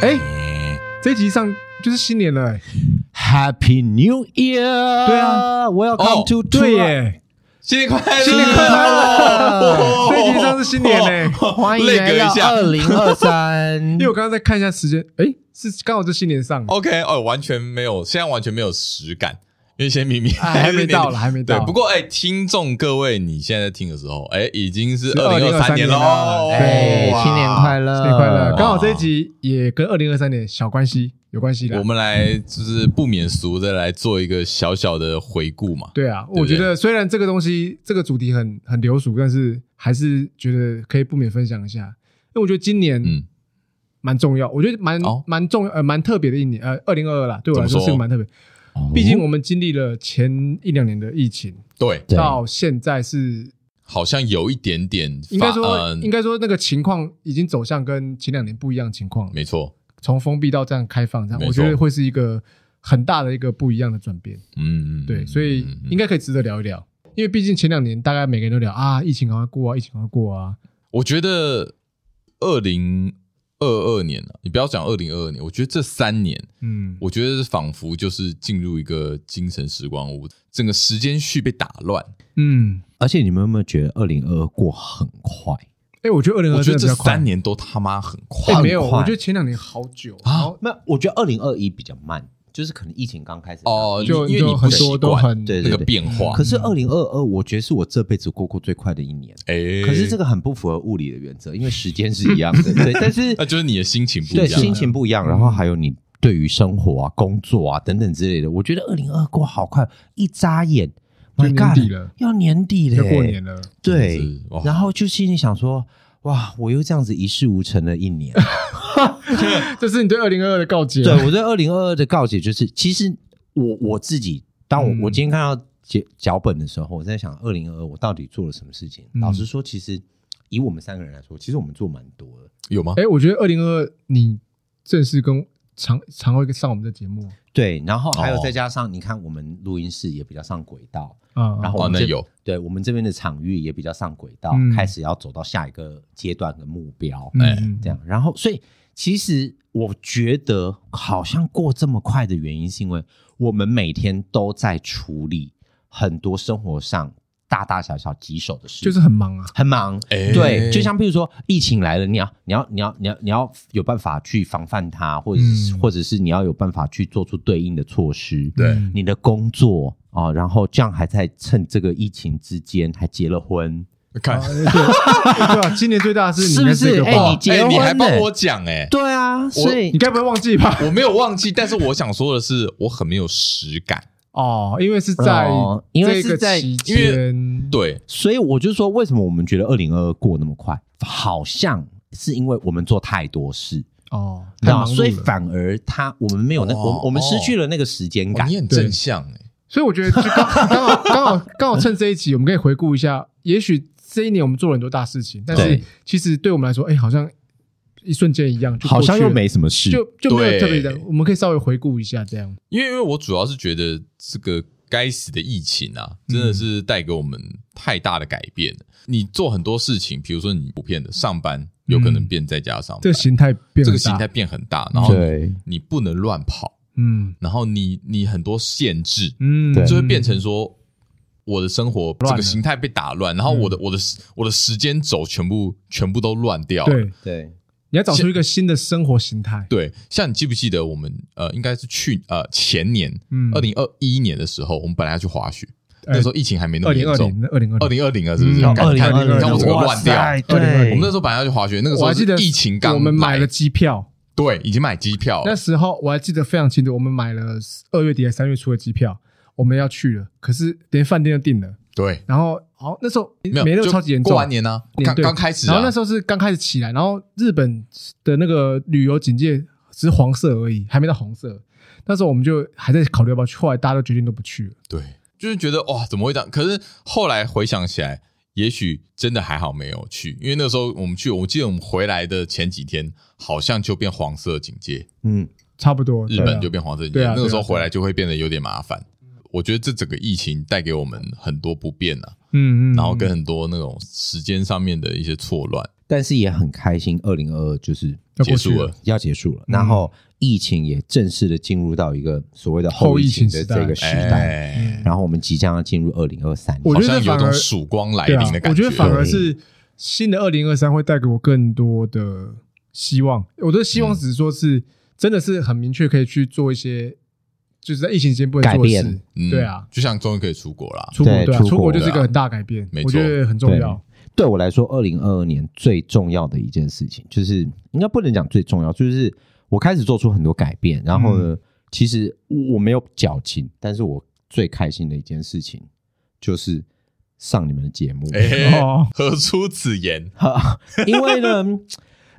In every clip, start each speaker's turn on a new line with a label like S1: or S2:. S1: 哎，这集上就是新年了、哎
S2: Happy New Year！
S1: 对啊
S2: ，Welcome
S3: 哦
S2: to
S1: 对
S2: Tura-
S1: 耶，
S3: 新年快乐！
S1: 新年快乐！
S3: 哦
S1: 这集上是新年嘞、
S2: 欢迎
S3: 累
S2: 来
S3: 格一
S2: 到
S3: 下
S2: 二零二三
S1: 因为。我刚刚在看一下时间，哎，是刚好是新年上，
S3: OK，哦，完全没有，现在完全没有实感，因为现在明明
S1: 哎还没到了，。还没
S3: 对
S1: 到。，
S3: 不过哎，听众各位，你现在在听的时候，哎，已经是
S1: 是
S3: 二零二
S1: 2023
S3: 三
S1: 年
S3: 喽
S1: 了！
S2: 哎，
S3: 哇
S2: 新年快！乐！
S1: 新年快乐！刚好
S3: 哦
S1: 这一集也跟二零二三年小关系有关系的
S3: 我。们来就是不免俗的来做一个小小的回顾嘛。
S1: 对啊，
S3: 对
S1: 我觉得虽然这个东西这个主题很很流俗，但是还是觉得可以不免分享一下，因为我觉得今年
S3: 嗯，
S1: 蛮重要，我觉得蛮
S3: 哦
S1: 蛮重要呃蛮特别的一年，呃，二零二二啦，对我来说
S3: 怎么
S1: 是
S3: 说
S1: 个
S3: 哦
S1: 蛮特别。毕竟我们经历了前一两年的疫情，
S3: 对，
S2: 对
S1: 到现在是
S3: 好像有一点点发，
S1: 应该说
S3: 嗯
S1: 应该说那个情况已经走向跟前两年不一样的情况了，
S3: 没错，
S1: 从封闭到这样开放，这样
S3: 没错
S1: 我觉得会是一个很大的一个不一样的转变。
S3: 嗯，嗯
S1: 对，所以
S3: 嗯嗯
S1: 应该可以值得聊一聊，因为毕竟前两年大概每个人都聊啊，疫情赶快过啊，疫情赶快过啊，
S3: 我觉得二零二二年啊，你不要讲二零二二年，我觉得这三年，
S1: 嗯，
S3: 我觉得仿佛就是进入一个精神时光屋，整个时间序被打乱。
S1: 嗯，
S2: 而且你们有没有觉得二零二二过很快？
S1: 哎，我觉得二零二
S3: 我觉得
S1: 比
S3: 这
S1: 较快
S3: 三，年都他妈很快
S1: 哎，
S2: 很
S1: 没有，
S2: 快
S1: 我觉得前两年好久，
S3: 啊
S1: 然后
S2: 那我觉得二零二一比较慢，就是可能疫情刚开始
S3: 哦，
S1: 就
S3: 因为你
S1: 就很
S3: 不习
S1: 多
S3: 惯
S1: 都很
S2: 对
S3: 那个变化
S2: 可。是二零二二，我觉得是我这辈子过过最快的一年。
S3: 哎，
S2: 可是这个
S3: 个
S2: 很不符合物理的原则，因为时间是一样的，对，但是
S3: 那就是你的心情不
S2: 对
S3: 一样，
S2: 心
S1: 嗯
S2: 情不一样，然后还有你对于生活啊、工作啊等等之类的，我觉得二零二过好快，一眨眼
S1: 就
S2: ，My
S1: 年
S2: God，
S1: 底了
S2: 要年底了，
S1: 要过年，了，
S2: 对
S3: 是哇，
S2: 然后就心里想说，哇，我又这样子一事无成了一年。
S1: 这是你 对二零二二的告啊诫。
S2: 对我对二零二二的告解就是，其实我我自己，当我、
S1: 嗯
S2: 我今天看到脚脚本的时候，我在想二零二二我到底做了什么事情。
S1: 嗯
S2: 老实说，其实以我们三个人来说，其实我们做蛮多的。
S3: 有吗？
S1: 哎，我觉得二零二二你正式跟常常会上我们的节目
S2: 对，然后还有
S3: 哦
S2: 再加上，你看我们录音室也比较上轨道，
S1: 啊，
S2: 然后我
S3: 哦，
S2: 们
S3: 那
S2: 这
S3: 有
S2: 对我们这边的场域也比较上轨道，
S1: 嗯
S2: 开始要走到下一个阶段的目标，
S1: 嗯
S3: 哎
S1: 嗯
S2: 这样。然后，所以其实我觉得好像过这么快的原因，是因为我们每天都在处理很多生活上大大小小棘手的事，
S1: 就是很忙啊，
S2: 很忙。
S3: 哎
S2: 对，就像譬如说疫情来了，你要你要你要你要你要有办法去防范它，或者是、
S1: 嗯
S2: 或者是你要有办法去做出对应的措施。
S3: 对
S1: 嗯
S2: 你的工作啊、哦然后这样还在趁这个疫情之间还结了婚，
S3: 看
S1: 啊，对对啊，今年最大的是
S2: 是
S1: 你
S2: 不
S1: 认识
S2: 是？
S1: 一个
S2: 哎、
S1: 吧
S2: 你结
S3: 哎
S2: 婚、
S3: 你还帮
S2: 呢
S3: 我讲哎，
S2: 对啊，所以
S1: 你该不会忘记吧？
S3: 我没有忘记，但是我想说的是，我很没有实感。
S1: 哦，因为是在
S2: 哦因为
S1: 这个
S2: 是在
S1: 期
S3: 因为
S1: 间，
S3: 对，
S2: 所以我就说，为什么我们觉得二零二二过那么快？好像是因为我们做太多事，
S1: 哦，
S2: 你知道吗
S1: 太忙碌
S2: 所以
S1: 了
S2: 反而他我们没有那
S3: 哇
S2: 我我们失
S3: 哦
S2: 去了那个时间
S3: 哇
S2: 感
S3: 你。很
S1: 对
S3: 正向哎，
S1: 所以我觉得就刚刚好刚好刚好趁这一集，我们可以回顾一下，也许这一年我们做了很多大事情，但是
S2: 对
S1: 其实对我们来说，哎，好像一瞬间一样，就过
S2: 好像
S1: 去了
S2: 又没什么事，
S1: 就就没有
S3: 对
S1: 特别的，我们可以稍微回顾一下这样。
S3: 因为因为我主要是觉得这个该死的疫情啊，真
S1: 嗯
S3: 的是带给我们太大的改变了。你做很多事情，比如说你普遍的上班，有可能变在家上班，
S1: 嗯这个形态变很大
S3: 这个形态，变很大，然后
S2: 对
S3: 你不能乱跑，
S1: 嗯
S3: 然后你你很多限制，
S1: 嗯，
S2: 对
S3: 就会变成说。我的生活
S1: 乱
S3: 这
S1: 了嗯
S3: 个形态被打乱，然后我的我的我的时间轴全部全部都乱掉了。
S1: 对，
S2: 对
S1: 你要找出一个新的生活形态。
S3: 对，像你记不记得我们呃，应该是去呃前年，
S1: 嗯
S3: 二零二一年的时候，我们本来要去滑雪，
S1: 哎
S3: 那时候疫情还没那
S1: 二
S3: 么
S1: 零
S3: 严
S1: 二
S3: 重。
S1: 零，二零
S3: 二
S1: 二零，
S3: 零二零啊，是不是？
S1: 嗯
S2: 2020
S3: 你看看你看我整个
S2: 哇
S3: 乱掉。
S2: 塞
S1: 对
S3: 我们那时候本来要去滑雪，那个
S1: 我
S3: 时候
S1: 还记得
S3: 是疫情刚来，哦
S1: 我们买了机票，
S3: 对，已经买机票
S1: 那
S3: 了。
S1: 时候我还记得非常清楚，我们买了二月底还是三月初的机票，我们要去了，可是连饭店都订了。
S3: 对，
S1: 然后，好、那时候
S3: 没有
S1: 没那么
S3: 就
S1: 超级严重，
S3: 过完年呢，刚
S1: 对
S3: 刚开始啊。
S1: 然后那时候是刚开始起来，然后日本的那个旅游警戒只是黄色而已，还没到红色。那时候我们就还在考虑要不要去，后来大家都决定都不去了。
S3: 对，就是觉得哇，怎么会这样？可是后来回想起来，也许真的还好没有去，因为那时候我们去，我记得我们回来的前几天，好像就变黄色警戒。
S2: 嗯，
S1: 差不多，
S3: 日
S1: 对
S3: 本
S1: 啊
S3: 就变黄色警戒，
S1: 对啊对啊
S3: 那个时候
S1: 对啊
S3: 回来就会变得有点麻烦。我觉得这整个疫情带给我们很多不便啊，
S1: 嗯嗯，
S3: 然后跟很多那种时间上面的一些错乱
S2: 但是也很开心，二零二二就是
S1: 要
S3: 结
S1: 过去
S3: 束了。
S2: 要结束了，
S1: 嗯
S2: 然后疫情也正式的进入到一个所谓的
S1: 后
S2: 后
S1: 疫
S2: 疫
S1: 情
S2: 情
S1: 时
S2: 的
S1: 代
S2: 这个时代，
S3: 哎，
S2: 然后我们即将要进入二零二三
S1: 嗯我
S2: 年
S1: 觉
S3: 好
S1: 得
S3: 像有
S1: 反而
S3: 种曙光来
S1: 对啊
S3: 临的，感
S1: 我觉得反而
S2: 对
S1: 是新的二零二三会带给我更多的希望。我的希望只是说是真的是很明确可以去做一些，就是在疫情期间不能
S2: 改
S1: 做的
S2: 变
S1: 事。
S3: 嗯
S1: 对啊，
S3: 就像终于可以出国啦，
S1: 出国
S2: 对
S1: 对啊，
S2: 出
S1: 出
S2: 国
S1: 国就是一
S3: 对
S1: 个
S3: 啊
S1: 很大改变
S3: 没，
S1: 我
S3: 错
S1: 觉得很重要。
S2: 对我来说，二零二二年最重要的一件事情，就是应该不能讲最重要，就是我开始做出很多改变。然后呢，其实我没有矫情，但是我最开心的一件事情就是上你们的节目。
S3: 哎
S1: 哦，
S3: 何出此言？
S2: 哈， 因为呢，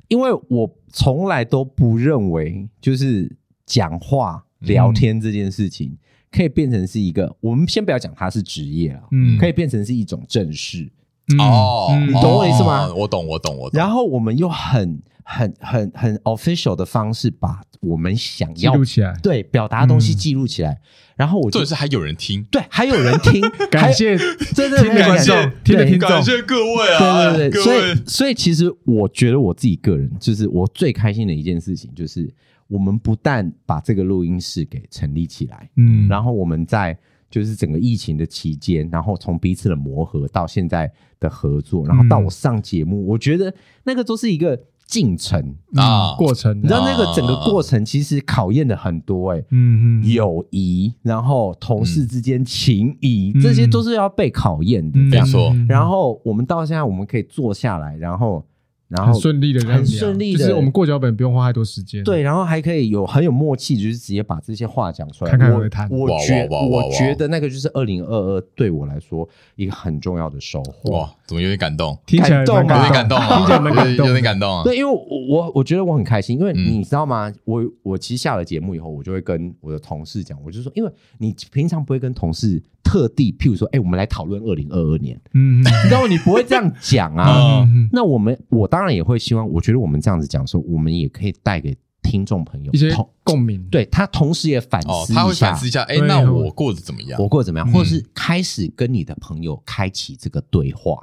S2: 因为我从来都不认为就是讲话聊天这件事情。可以变成是一个，我们先不要讲它是职业啊，
S1: 嗯
S2: 可以变成是一种正式。
S1: 嗯
S3: 哦，
S1: 嗯
S2: 你懂我意思吗
S3: 哦我懂，我懂，我懂。
S2: 然后我们用很很很很 official 的方式把我们想
S1: 记
S2: 要
S1: 录起来，
S2: 对表达的东西
S1: 嗯
S2: 记录起来，然后我就
S3: 重点是还有人听，
S2: 对，还有人听，还
S1: 感谢
S2: 真的
S1: 听的
S2: 感
S1: 观众
S2: 谢
S1: 听的
S2: 对
S1: 听众
S3: 感谢各位啊，
S2: 对对对，
S3: 各
S2: 所
S3: 位
S2: 以所以其实我觉得我自己个人，就是我最开心的一件事情，就是我们不但把这个录音室给成立起来，
S1: 嗯，
S2: 然后我们在就是整个疫情的期间，然后从彼此的磨合到现在的合
S1: 嗯
S2: 作，然后到我上节目，我觉得那个都是一个进程。
S3: 啊
S1: 嗯过程
S2: 你知
S1: 的，
S2: 道那个整个过程其实考验了很多哎、欸
S1: 嗯嗯，
S2: 友谊，然后同事之间情谊，
S1: 嗯
S2: 这些都是要被考验的。
S1: 嗯
S2: 这样
S3: 没错
S2: 然后我们到现在，我们可以坐下来，然后，然后
S1: 很顺利的，
S2: 很顺利地
S1: 就是我们过脚本不用花太多时间。
S2: 对，然后还可以有很有默契，就是直接把这些话讲出来。
S1: 侃侃
S2: 我
S1: 而谈
S2: 我
S3: 哇
S2: 觉
S3: 哇哇哇
S2: 我觉得那个就是二零二二对我来说一个很重要的收获。
S3: 哇，怎么有点感动？
S1: 听起来蛮
S3: 有
S2: 感
S3: 点
S2: 动
S3: 感动
S1: 听
S3: 啊
S1: 起来蛮，感
S3: 有
S1: 动，
S3: 点感动啊。
S2: 对，因为我我我觉得我很开心，因为
S3: 嗯
S2: 你知道吗？我我其实下了节目以后，我就会跟我的同事讲，我就说，因为你平常不会跟同事特地，譬如说，哎，我们来讨论二零二二年，
S1: 嗯，嗯
S2: 你知道吗你不会这样讲啊。
S1: 嗯嗯
S2: 那我们我当然也会希望，我觉得我们这样子讲说，我们也可以带给听众朋友
S1: 一些
S2: 同
S1: 共鸣，
S2: 对他，同时也反
S3: 哦
S2: 思，
S3: 他会
S2: 一下，
S3: 反思一下，哎，
S1: 对
S3: 那我过得怎么样？
S2: 我过得怎么样，
S3: 嗯
S2: 或者是开始跟你的朋友开启这个对话，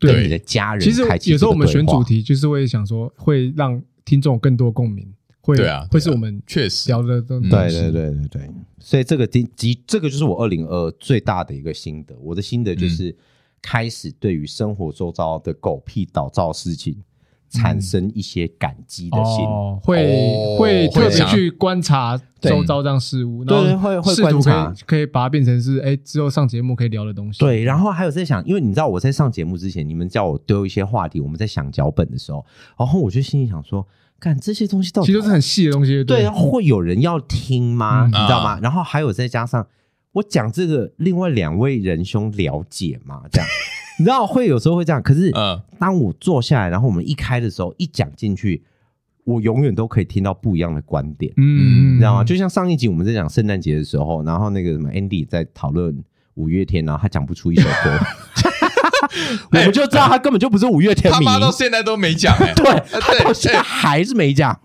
S1: 对
S2: 跟你的家人
S1: 其实
S2: 开启这
S1: 有
S2: 个对话。嗯
S1: 时候我们选主题，就是会想说会让听众更多共鸣，会
S3: 对啊
S1: 会是我们
S3: 确实，
S1: 聊的东西。
S2: 嗯
S1: 嗯
S2: 对，对对对对，所以这个第及这个就是我二零二最大的一个心得。我的心
S1: 嗯
S2: 得就是开始对于生活周遭的狗屁倒灶事情产生一些感激的心。
S1: 嗯哦，会
S3: 哦
S1: 会特
S3: 会
S1: 别
S3: 想
S1: 去观察
S2: 对
S1: 周遭这样事物，
S2: 对
S1: 然后
S2: 会会
S1: 试图
S2: 观察
S1: 可以可以把它变成是哎之后上节目可以聊的东西。
S2: 对，然后还有在想，因为你知道我在上节目之前，你们叫我丢一些话题，我们在想脚本的时候，然后我就心里想说，看这些东西到
S1: 其
S2: 底
S1: 实都是很细的东西，
S2: 对，啊
S1: 对
S2: 然后会有人要听吗？
S1: 嗯
S2: 你知道吗？
S3: 啊
S2: 然后还有再加上我讲这个，另外两位仁兄了解吗？ 这样，你知道会有时候会这样，可是
S3: 嗯，
S2: 当我坐下来，然后我们一开的时候，一讲进去，我永远都可以听到不一样的观点。
S1: 嗯，
S2: 你
S1: 你
S2: 知道吗？就像上一集我们在讲圣诞节的时候，然后那个什么 Andy 在讨论五月天，然后他讲不出一首歌，我们就知道他根本就不是五月天
S3: 他
S2: 迷。
S3: 妈到现在都没讲哎，
S2: 对，他
S3: 对
S2: 到现在还是没讲，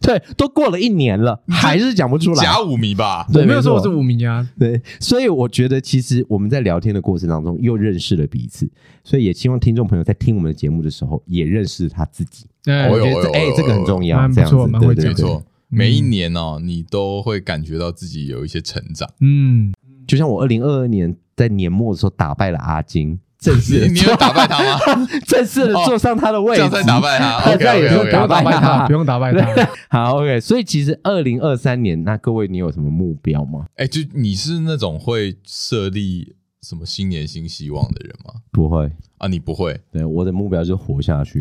S2: 对，都过了一年了，还是讲不出来。
S3: 假舞迷吧？
S1: 我
S2: 对
S1: 没有说我
S2: 没
S1: 是
S2: 错
S1: 五迷啊，
S2: 对，所以我觉得其实我们在聊天的过程当中又认识了彼此，所以也希望听众朋友在听我们的节目的时候也认识他自己。
S1: 哎
S3: 哦
S2: 我
S3: 呦
S2: 觉得
S3: 哎呦
S2: 这
S3: 哎
S2: 哎
S3: 呦，
S2: 这个很重要，
S1: 蛮不
S2: 这样
S1: 错
S2: 子
S1: 蛮
S2: 对
S1: 会
S2: 对
S1: 讲
S3: 没
S1: 的
S2: 对
S3: 错，每一年哦，你都会感觉到自己有一些成长。
S1: 嗯，
S2: 就像我二零二二年在年末的时候打败了阿金，正式 地
S3: 你你有哦打败 他吗？
S2: 正式的坐上他的位
S3: 这
S2: 置，
S3: 样才打败他。
S2: 他
S3: OK
S2: 再也
S3: OK
S2: 不
S1: 不
S2: 用
S1: 用
S3: OK，
S1: 打败
S2: 他
S1: 他，不用打败他，
S2: 好，OK。所以其实二零二三年，那各位你有什么目标吗？
S3: 哎，就你是那种会设立什么新年新希望的人吗？
S2: 不会，
S3: 啊，你不会，
S2: 对我的目标就是活下 去。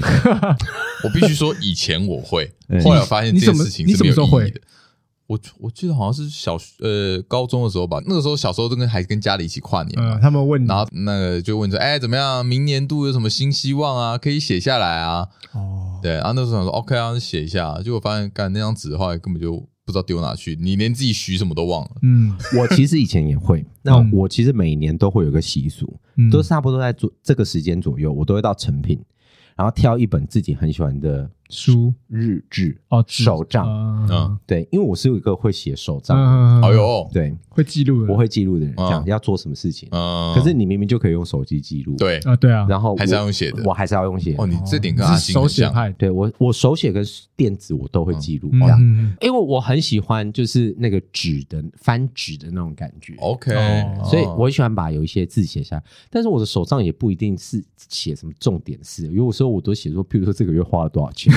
S3: 我必须说，以前我会
S2: 嗯，
S3: 后来我发现
S1: 你
S3: 这件
S1: 你怎么
S3: 事情
S1: 你
S3: 是没
S1: 什么时候
S3: 有
S1: 会
S3: 意义的。我我记得好像是小学呃高中的时候吧，那个时候小时候都跟还跟家里一起跨年嘛，
S1: 嗯，他们问你
S3: 然后那个就问说，哎，怎么样？明年度有什么新希望啊？可以写下来啊。
S1: 哦，
S3: 对，然后那时候想说 OK 啊，写一下，结果发现干那张纸后来根本就不知道丢哪去，你连自己许什么都忘了。
S1: 嗯，
S2: 我其实以前也 会，那
S1: 嗯
S2: 我其实每年都会有个习俗，
S1: 嗯
S2: 都差不多在左这个时间左右，我都会到成品，然后挑一本自己很喜欢的
S1: 书
S2: 日志
S1: 哦，纸
S2: 手账。
S1: 啊
S2: 对，因为我是有一个会写手
S1: 嗯，
S2: 账，
S3: 哎，呦，
S2: 对，
S1: 会记录的，
S2: 我会记录的人，
S3: 嗯
S2: 这样要做什么事情。
S3: 嗯，
S2: 可是你明明就可以用手机记录，，
S3: 对，
S1: 啊，对啊，
S2: 然后我
S3: 还是要用写的
S2: 我还是要用写的。
S3: 哦，你这点跟
S1: 哦
S3: 阿
S1: 你是
S3: 星
S1: 手
S3: 很
S1: 写
S3: 像，
S1: 派的，
S2: 对我，我手写跟电子我都会记录，这样，
S1: 嗯，
S2: 因为我很喜欢就是那个纸的翻纸的那种感觉。
S3: OK，嗯
S1: 哦
S2: 所以我很喜欢把有一些字写下来，但是我的手账也不一定是写什么重点事，有时候我都写说，譬如说这个月花了多少 钱，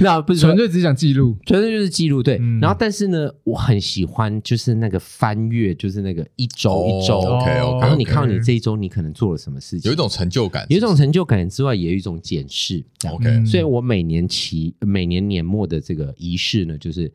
S2: 那不是说
S1: 纯粹只想记录，
S2: 纯粹就是记录对。
S1: 嗯
S2: 然后但是呢，我很喜欢就是那个翻阅，就是那个一周一周，
S1: 哦
S3: OK OK，
S2: 然后你看到
S1: OK
S2: 你这一周你可能做了什么事情，
S3: 有一种成就感，
S2: 有一种成就感之外，也有一种检视。这样
S3: OK，
S1: 嗯
S2: 所以我每年期每年年末的这个仪式呢，就是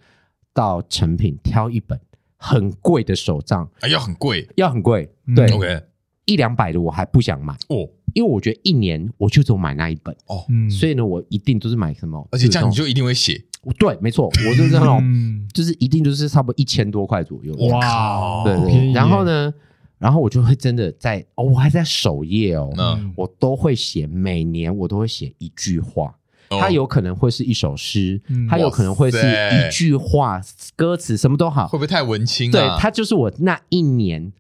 S2: 到成品挑一本很贵的手账，
S3: 哎要很贵
S2: 要很贵，
S1: 嗯
S2: 对，
S3: ，OK，
S2: 一两百的我还不想买，
S3: 哦
S2: 因为我觉得一年我就只有买那一本，
S3: 哦，
S1: 嗯，
S2: 所
S1: 以
S2: 以呢，我一定都是买什么，
S3: 而且这样你
S2: 就是
S3: 就一定会写，
S2: 那种对，没错，我就是那种，
S1: 嗯，
S2: 就是一定就是差不多一千多块左右，
S3: 哇
S1: 哇，
S2: 对
S1: 好
S2: 对
S1: 便宜
S2: 对，
S1: 耶
S2: 然后？呢，然后我就会真的在哦，我还在首页哦，
S3: 嗯，
S2: 我都会写，每年我都会写一句话。
S3: 哦
S2: 它有可能会是一首诗
S1: 嗯，
S2: 它有可能会是
S3: 哇塞
S2: 一句话、歌词，什么都好
S3: 会。不会太文青
S2: 对
S3: 啊？，
S2: 它就是我那一年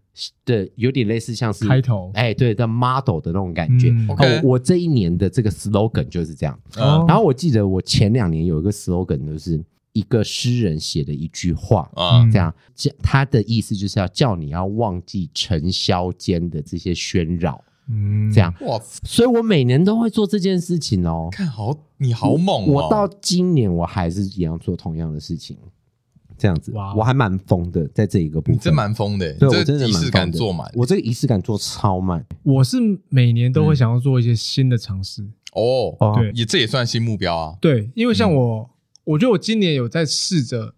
S2: 的，有点类似像是
S1: 开头
S2: 哎，对的 model 的那种感觉。
S1: 嗯哦
S2: 哦
S3: OK
S2: 我这一年的这个 slogan 就是这样。
S3: 嗯
S2: 然后我记得我前两年有一个 slogan，就是一个诗人写的一句话，
S3: 啊
S1: 嗯
S2: 这样，这他的意思就是要叫你要忘记尘嚣间的这些喧扰，
S1: 嗯
S2: 这样。
S3: 哇，
S2: 所以我每年都会做这件事情哦。
S3: 看好你好猛哦，
S2: 我到今年我还是一样做同样的事情，这样子，
S1: 哇
S2: 我还蛮疯的，在这一个部
S3: 你
S2: 分，
S3: 真蛮疯的，
S2: 对
S3: 你
S2: 我
S3: 这
S2: 真的
S3: 仪
S2: 蛮
S3: 式
S2: 疯
S3: 感
S2: 的
S3: 做满
S2: 我这个仪式感做超慢
S1: 我是每年都会想要做一些新的尝试，
S3: 哦，
S2: 哦，
S1: 对
S3: 也这也算新目标啊，
S1: 对，因为像
S2: 嗯
S1: 我，我觉得我今年有在试着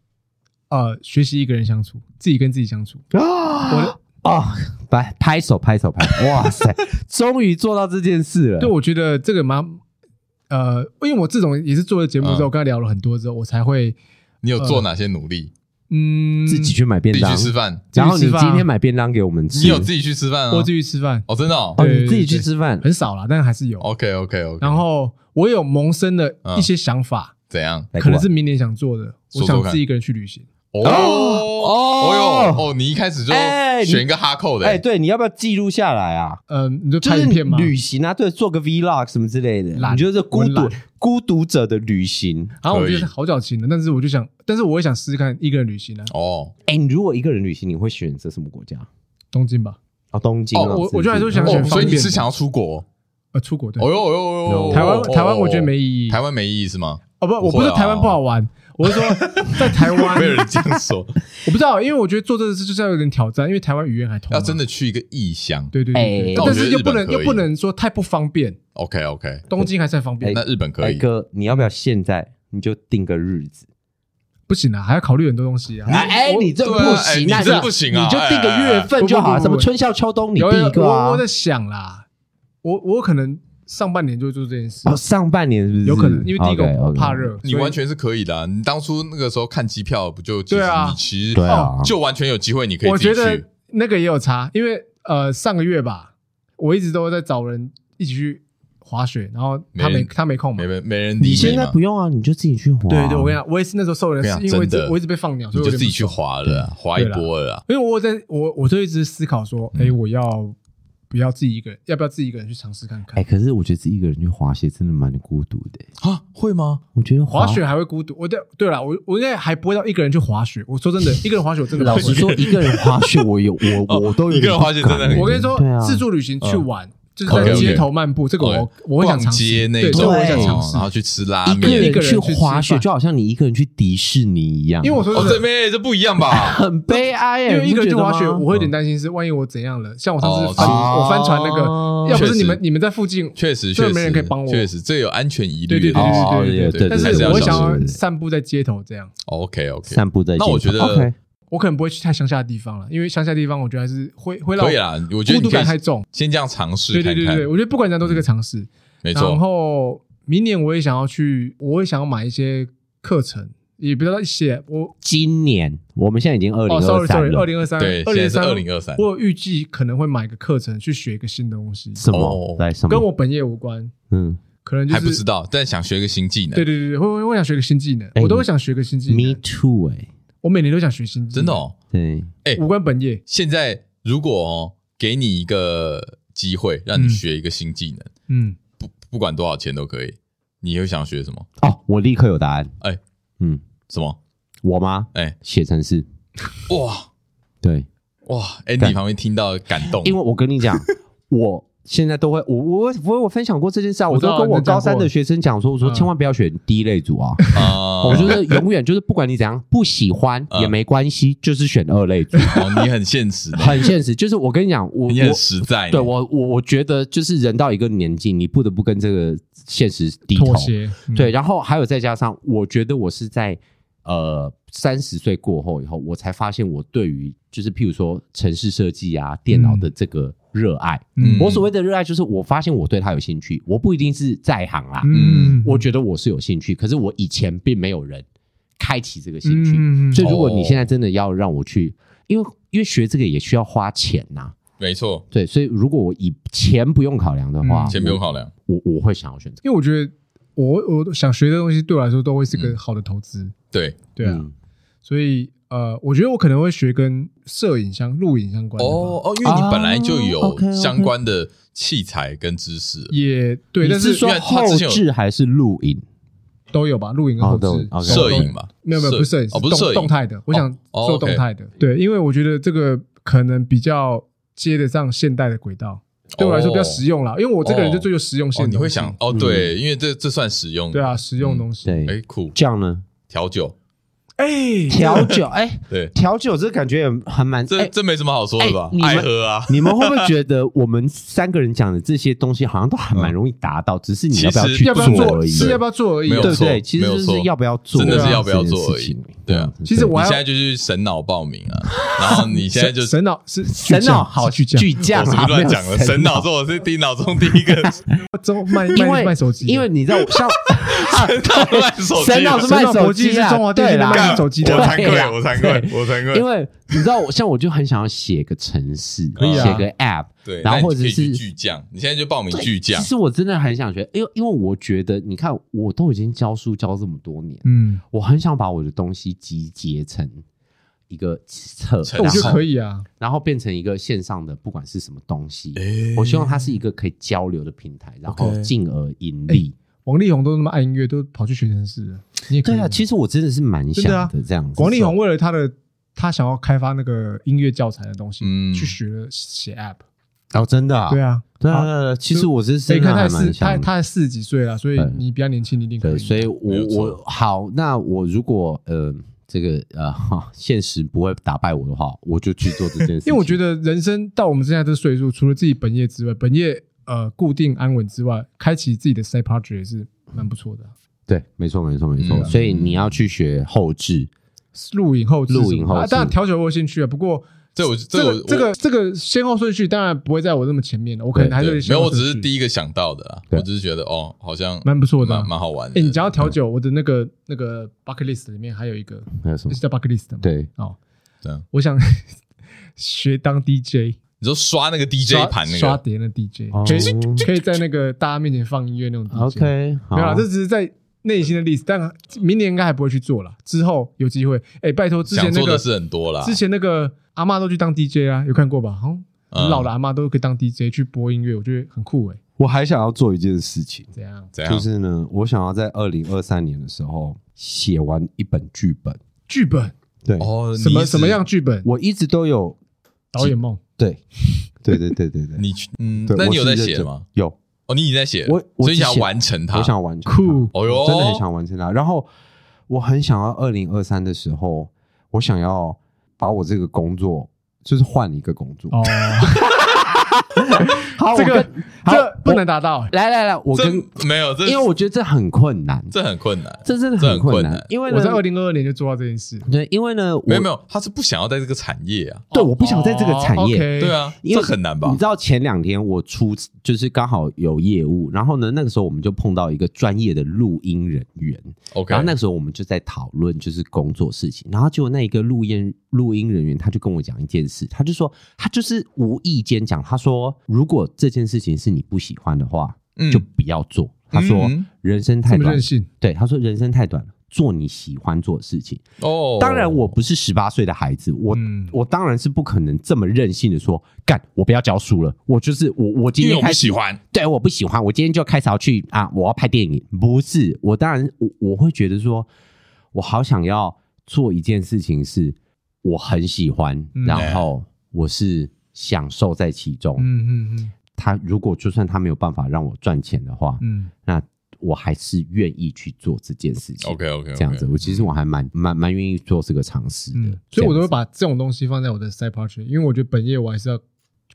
S1: 呃学习一个人相处，自己跟自己相处，
S2: 啊，哦，拍拍手拍手拍手，哇 塞，终于做到这件事了，
S3: 嗯
S1: 对，我觉得这个蛮呃，因为我自从也是做了节目
S3: 嗯
S1: 之后，跟他聊了很多之后，我才会
S3: 你有做哪些努力？
S1: 嗯
S2: 自己去买
S3: 自
S2: 便
S3: 己
S2: 当
S3: 去，吃饭，
S2: 然后
S1: 自己
S2: 你
S1: 吃饭啊
S2: 今天买便当给我们吃，
S3: 你有自己去吃饭啊？
S1: 我自己吃饭，
S3: 哦，真的哦
S2: 哦，
S1: 对
S2: 你自己去吃饭，
S1: 很少啦，但还是有。
S3: ，OK OK OK，
S1: 然后我有萌生的
S3: 嗯
S1: 一些想法，
S3: 怎样？
S2: 来过
S1: 可
S2: 来
S1: 能是明年想做的，我
S3: 说说
S1: 想
S3: 看
S1: 自己一个人去旅行。
S3: 哦
S2: 哦
S3: 哟哦，你一开始就
S2: 哎你
S3: 选一个哈扣的，欸
S2: 哎，对，你要不要记录下来啊？
S1: 嗯，你就
S2: 就
S1: 拍
S2: 是
S1: 影片吗？
S2: 旅行啊，对，做个 vlog 什么之类的。
S1: 懒
S2: 你就是孤
S1: 我
S2: 独
S1: 懒
S2: 孤独者的旅行。
S1: 然后我觉得
S3: 可以
S1: 是好矫情的，但是我就想，但是我也想试试看一个人旅行啊，
S3: 哦
S2: 哎，你如果一个人旅行，你会选择什么国家？
S1: 东京吧，
S2: 哦，东京
S3: 哦
S2: 啊。
S1: 我
S2: 是不
S1: 我就还是会想选
S3: 哦，
S1: 方
S3: 所以你
S1: 便
S3: 是
S1: 的
S3: 想要出国？
S1: 呃，出国对
S3: 哦。哟哦哟哦哟，
S1: 台湾
S3: 哦
S1: 台湾我觉得没意义
S3: 台湾没意义是吗？
S1: 哦不，
S3: 不
S1: 我
S3: 会啊
S1: 不是台湾不好玩，我是说在台湾
S3: 没有人这样说，
S1: 我不知道，因为我觉得做这个事就是要有点挑战，因为台湾语言还通啊嘛，
S3: 啊要真的去一个异乡。
S1: 对对对对
S2: 哎
S1: 但
S2: 那我
S1: 但
S3: 觉得
S1: 是
S3: 日
S1: 又不
S3: 本
S1: 能
S3: 可以
S1: 又不能说太不方便，
S3: OK OK，
S1: 东京还是太方便，
S2: 哎
S3: 那日本可
S2: 哎
S3: 以。
S2: 哥，你要不要现在你就定个日子？
S1: 不行啊，还要考虑很多东西啊。
S2: 哎，你这
S3: 对
S2: 不
S3: 啊哎
S2: 行，
S3: 你
S2: 那
S3: 这不行啊
S2: 你就定个月份就好
S1: 哎哎哎不不不
S2: 了，什么春夏秋冬你
S1: 有有
S2: 定一个
S1: 我
S2: 啊
S1: 我。在想啦，我我可能上半年就会做这件事
S2: 哦，，上半年是不是？
S1: 有可能因为第一个
S2: OK，OK
S1: 我怕。热，
S3: 你
S1: 所以
S3: 完全是可以的啊、你当初那个时候看机票，不就其实
S1: 对啊
S3: 你其实
S2: 对啊
S3: 就完全有机会，你可以
S1: 我
S3: 自己
S1: 觉
S3: 去
S1: 得。那个也有差，因为呃上个月吧，我一直都在找人一起去滑雪，然后他
S3: 没
S1: 没
S3: 人
S1: 他没空嘛
S3: 没。人没人理
S2: 你现在
S3: 嘛
S2: 不用啊，你就自己去滑。
S1: 对对，我跟你讲，我也是那时候受人
S3: 跟你
S1: 的
S3: 讲
S1: 气，因为我一
S3: 真
S1: 直
S3: 的
S1: 我一直被放鸟，所
S3: 你
S1: 以
S3: 就
S1: 我有点
S3: 自己去
S1: 不爽
S3: 滑了啊，滑一波了啊。
S1: 因为我在我我就一直思考说，
S2: 嗯
S1: 哎、我要不要自己一个人，要不要自己一个人去尝试看看？
S2: 哎，可是我觉得自己一个人去滑雪真的蛮孤独的。
S3: 啊，会吗？
S2: 我觉得
S1: 滑雪还会孤独，我对对了，我我应该还不会到一个人去滑雪。我说真的，一个人滑雪我 真的
S2: 老
S1: 不会
S2: 实说，一个人滑雪，我有我我都有
S3: 一个人滑雪真的很
S2: 点不敢欸
S1: 我跟你说
S2: 对啊，，
S1: 自助旅行去玩，就是
S3: 可以
S1: 在
S3: 可以
S1: 街头漫步，这个我
S3: OK
S1: 我会想
S3: 逛
S1: 尝
S3: 街
S1: 试，
S3: 那
S1: 对，
S3: 种，
S1: 这个我会想
S2: 对
S1: 尝
S3: 哦
S1: 试
S3: 然。后去吃拉
S2: 一个
S3: 面
S1: 一，个
S2: 人
S1: 人
S2: 去
S1: 去
S2: 滑
S1: 吃
S2: 雪，
S1: 饭
S2: 就好像你一个人去迪士尼一样。
S1: 因为我说
S3: 哦，这
S1: 真的，
S3: 边这不一样 吧？
S2: 很悲哀耶，
S1: 因为一个人去滑雪，
S2: 你不觉得吗
S1: 我会有点担心是万一我怎样了，像我上
S3: 哦
S1: 次翻
S3: 是
S1: 我翻船那
S2: 哦
S1: 个，要不是你
S3: 确
S1: 们
S3: 实
S1: 你们在附近，
S3: 确实，
S1: 就
S3: 确实
S1: 没人可以帮我
S3: 确实，这有安全疑
S1: 对
S3: 虑
S1: 对对
S3: 的。
S1: 对
S2: 哦
S1: 对
S2: 对对
S1: 但
S3: 还是
S1: 是
S3: 要
S1: 我会
S3: 小
S1: 想要
S2: 心
S1: 散步在街头这样。
S3: OK OK，
S2: 散步在街
S3: 那
S2: 头。
S3: 我觉得
S2: OK，
S1: 我可能不会去太乡下的地方了，因为乡下的地方我觉得还是会会让
S3: 可以
S1: 我
S3: 啦。我
S1: 孤
S3: 觉得你
S1: 独
S3: 可
S1: 感太
S3: 以
S1: 重。
S3: 先这样尝试
S1: 对对
S3: 看
S1: 对对，
S3: 看嗯
S1: 对，我觉得不管怎样都是个尝试。
S3: 没
S1: 然
S3: 错。
S1: 后明年我也想要去，我也想要买一些课程，也不知道一些我
S2: 今年我们现在已经二零
S1: 哦
S2: 二
S1: ，sorry
S2: 三
S1: sorry，二
S2: 了，
S1: 零二三，
S3: 对，
S1: 二零
S3: 现在
S1: 二
S3: 是
S1: 三，
S3: 二零二三。
S1: 我有预计可能会买个课程去学一个新的东西，
S2: 什
S3: 哦
S2: 么来什么？
S1: 跟我本业无关，
S2: 嗯，
S1: 可能就
S3: 还
S1: 是
S3: 不知道，但想学个新技能。
S1: 对对对对，会会会想学个新技能，
S2: 哎
S1: 我都会想学个新技
S2: Me
S1: 能。
S2: too，哎、
S1: 我每年都想学新技能，
S3: 真的哦。
S2: 对，
S3: 哎
S1: 无关本业，
S3: 现在如果哦，给你一个机会，让你
S1: 嗯
S3: 学一个新技能，
S1: 嗯，
S3: 不不管多少钱都可以，你会想学什么？
S2: 哦，我立刻有答案，
S3: 哎
S2: 嗯，
S3: 什么？
S2: 我吗？
S3: 哎，
S2: 写程式，
S3: 哇
S2: 对，
S3: 哇！Andy
S2: 干
S3: 旁边听到感动，
S2: 因为我跟你讲，我现在都会，我我我有分享过这件事啊，
S1: 我
S2: 我
S1: 知道
S2: 都跟我
S1: 你讲
S2: 高
S1: 过
S2: 三的学生讲说，我说
S1: 嗯
S2: 千万不要选第一类组啊，
S3: 啊，
S2: 我就是永远就是不管你怎样不喜欢
S3: 嗯
S2: 也没关系，就是选二类组，
S3: 哦，你很现实的，
S2: 很现实。就是我跟你讲， 我
S3: 你很
S2: 我
S3: 实在，
S2: 对我我我觉得就是人到一个年纪，你不得不跟这个现实低头
S1: 妥。协，嗯
S2: 对，，然后还有再加上，我觉得我是在呃三十岁过后以后，我才发现我对于就是譬如说城市设计啊、电脑的这个热爱。
S1: 嗯
S2: 我所谓的热爱，就是我发现我对它有兴趣，我不一定是在行啦，
S1: 嗯，
S2: 我觉得我是有兴趣，可是我以前并没有人开启这个兴趣。
S1: 嗯嗯嗯
S2: 所以如果你现在真的要让我去，因为因为学这个也需要花钱呐、
S3: 没错，
S2: 对，所以如果我以钱不用考量的话，
S1: 嗯
S3: 先不用考量，
S2: 我，我我会想要选择。
S1: 因为我觉得我我想学的东西对我来说都会是
S3: 嗯
S1: 个好的投资，
S3: 对，
S1: 对啊，
S2: 嗯
S1: 所以呃，我觉得我可能会学跟摄影相、录影相关的吧，
S3: 哦哦，因为你本来就
S2: 哦
S3: 有
S2: ，OK，OK
S3: 相关的器材跟知识，
S1: 也对，
S2: 你
S1: 但是
S2: 说
S3: 因为他
S2: 后
S3: 之前有
S2: 置还是录影？
S1: 都有吧，录
S3: 啊
S1: 影跟后
S2: 哦都
S1: 置
S2: 有、，OK
S3: 摄影吧，
S1: 没有没有，不是摄影，
S3: 哦，不是
S1: 动
S3: 摄
S1: 动
S3: 影，
S1: 态的。我想
S3: 哦
S1: 做
S3: OK
S1: 动态的，对，因为我觉得这个可能比较接得上现代的轨道，对我来说比较实用啦。因为我这个人就追求实用性
S3: 哦，
S1: 的东西、
S3: 你会想哦，
S2: 嗯
S3: 对，因为这这算实用，
S1: 对啊，，实用的东西。
S2: 对，
S3: 哎，酷，
S2: 这样呢？
S3: 调酒，
S1: 哎，
S2: 调酒， 哎，
S3: 对，
S2: 调酒这感觉也还蛮
S3: 这
S2: 哎。
S3: 这没什么好说的吧
S2: 哎你？们
S3: 爱喝啊，
S2: 你们会不会觉得我们三个人讲的这些东西好像都还蛮容易达到，只是你要不
S3: 其
S2: 去
S3: 实
S1: 要不要
S2: 做
S1: 做
S2: 而已，
S1: 是要不要做而已
S3: 没。有
S2: 对不
S3: 错
S2: 对？其实
S3: 没有
S2: 就是
S3: 错
S2: 要不要做，
S3: 真的
S1: 是
S3: 要不要做
S2: 这件
S3: 而已
S2: 事情
S3: 对啊
S1: 其
S2: 哦
S1: 实我
S3: 你
S1: 还
S3: 现在就去神脑报名啊，然后你现在就
S1: 神脑是
S2: 神脑好
S1: 去讲，
S2: 巨匠
S3: 我
S2: 啊，
S3: 随便乱
S2: 没有
S3: 讲了，神脑是我是低脑中第一个
S1: 之后卖
S2: 因为
S1: 卖卖手机的，
S2: 因为你知道，像啊
S3: 卖手机的，
S2: 神脑是卖
S1: 神脑
S2: 手
S1: 国际
S2: 机
S1: 是
S2: 啊，
S1: 中华电
S2: 对
S1: 信的
S2: 啦，
S1: 卖
S3: 干
S1: 手机的
S3: 我惭
S2: 对
S3: 愧
S2: 啊，
S3: 我惭愧，我惭
S2: 因
S3: 愧。
S2: 为你知道，我像我就很想要写个程式，
S3: 可以啊
S2: 写个 App，
S3: 对，
S2: 然后
S3: 那你
S2: 或者
S3: 可以去
S2: 是
S3: 巨匠，你现在就报名
S2: 对
S3: 巨匠
S2: 其，实我真的很想学，因为因为我觉得，你看，我都已经教书教这么多年，
S1: 嗯，
S2: 我很想把我的东西集结成一个册，
S3: 成
S1: 我
S2: 然
S1: 觉得
S2: 后
S1: 可以啊，
S2: 然后变成一个线上的，不管是什么东西，
S3: 哎
S2: 我希望它是一个可以交流的平台，然后
S3: OK
S2: 进而盈利。
S1: 王力宏都那么爱音乐，都跑去学城市了，你也可以
S2: 对啊，其实我真的是蛮
S1: 真
S2: 想
S1: 的啊
S2: 的这样子。
S1: 王力宏为了他的他想要开发那个音乐教材的东西，
S3: 嗯
S1: 去学了写 App。
S2: 哦，真的啊，
S1: 对啊，
S2: 对啊，
S1: 好
S2: 对啊，对啊其实我是
S1: 所以
S2: 真的
S1: 看
S2: 还
S1: 他四
S2: 蛮想
S1: 他
S2: 的。
S1: 他才四十几岁了，所以
S2: 对
S1: 你比较年轻，你一定可
S2: 对，所以
S3: 没
S2: 我
S3: 有错
S2: 我好，那我如果呃这个呃 哈现实不会打败我的话，我就去做这件事 情。
S1: 因为我觉得人生到我们现在这岁数，除了自己本业之外，本业呃固定安稳之外，开启自己的 side project 也是蛮不错的啊。
S2: 对，没错，没错，没错。
S3: 嗯
S2: 所以你要去学后置，
S1: 录影后置什么的
S2: 录影后置
S1: 啊当然调酒我有兴趣啊，不过
S3: 这我
S1: 这
S3: 我
S1: 个这个这个先后顺序当然不会在我那么前面了，我可能还是
S3: 对
S1: 有
S3: 没
S1: 先
S3: 有，
S1: 后
S3: 我只
S1: 顺序
S3: 是第一个想到的啦，
S2: 对
S3: 我只是觉得哦，好像
S1: 蛮不错的啊。
S3: 蛮蛮好玩的。
S1: 哎，你讲到调酒，我的那个那个 bucket list 里面还有一个，
S2: 还有什
S1: 不
S2: 么
S1: 是？叫 bucket list 吗？，
S2: 对，
S1: 哦，
S3: 这样，
S1: 我想 学当 DJ。
S3: 你说刷那个 DJ
S1: 刷
S3: 盘那
S1: 刷
S3: 个，
S1: 碟的 DJ，、
S2: 哦
S1: 可以可以在那个大家面前放音乐那种 DJ。
S2: OK，好
S1: 没有啦，这只是在内心的例子，但明年应该还不会去做了。之后有机会，哎、拜托，之前
S3: 想
S1: 那
S3: 做
S1: 个
S3: 的事很多啦。
S1: 之前那个阿嬷都去当 DJ 啊，有看过吧？好、像
S3: 嗯
S1: 很老的阿嬷都可以当 DJ 去播音乐，我觉得很酷哎、
S2: 我还想要做一件事情，
S1: 怎样？
S3: 怎
S2: 就
S3: 样？
S2: 是呢，我想要在二零二三年的时候写完一本剧本。
S1: 剧本
S2: 对，
S3: 哦，
S1: 什么
S3: 你一直
S1: 什么样？剧本？
S2: 我一直都有
S1: 导演梦，
S2: 对，对对对对对。
S3: 你去嗯
S2: 对，
S3: 那
S2: 我
S3: 你有
S2: 是
S3: 在
S2: 认
S3: 写
S2: 真
S3: 吗？？
S2: 有，
S3: 哦，你已经在写了，
S2: 我我
S3: 所以你
S2: 只
S3: 想
S2: 写
S3: 完成它。
S2: 我想完成它。
S1: 酷
S3: 哦
S2: 我
S3: 哟，
S2: 真的很想完成它。然后我很想要二零二三的时候，我想要把我这个工作就是换一个工作。
S1: 哦，
S2: 好
S1: 这个这不能
S2: 打。
S1: 达到、
S2: 来来来，我
S3: 这
S2: 跟
S3: 没有，这
S2: 因为我觉得这很困难，
S3: 这很困难。
S2: 这真的
S3: 这
S2: 很
S3: 很困
S2: 困难
S3: 难，
S2: 因为呢
S1: 我在二零二二年就做到这件事，
S2: 对，因为呢，
S3: 没有没
S2: 有，
S3: 有，他是不想要在这个产业啊。
S2: 对，我不想在这个产
S1: 哦
S2: 业。
S1: ，OK
S3: 对，啊，
S2: 因
S3: 这
S2: 为
S3: 很难吧
S2: 你？知道前两天我出就是刚好有业务，然后呢那个时候我们就碰到一个专业的录音人员，
S3: OK，
S2: 然后那个时候我们就在讨论就是工作事情，然后结果那一个录音录音人员他就跟我讲一件事，他就说他就是无意间讲，他说如果这件事情是你不喜欢的话，
S3: 嗯
S2: 就不要做。他说
S3: 嗯
S2: 人生太
S1: 这么
S2: 短
S1: 任，性，
S2: 对，他说人生太短了，做你喜欢做的事情。
S3: 哦，
S2: 当然，我不是十八岁的孩子，我、
S1: 嗯
S2: 我当然是不可能这么任性的说，干，我不要教书了，我就是我我今
S3: 因为
S2: 天
S3: 我不
S2: 开始
S3: 喜，欢，
S2: 对，我不喜欢，我今天就开始要去啊，我要拍电影，不是，我当然我我会觉得说，我好想要做一件事情是我很喜欢，
S1: 嗯
S2: 然后我是享受在其中。
S1: 嗯嗯嗯
S2: 他如果就算他没有办法让我赚钱的话，
S1: 嗯，
S2: 那我还是愿意去做这件事情。
S3: OK，OK，OK
S2: 这样子，我其实我还蛮蛮蛮愿意做这个尝试的、
S1: 嗯，所以我都
S2: 这
S1: 会
S2: 样子
S1: 把这种东西放在我的 side project，因为我觉得本业我还是要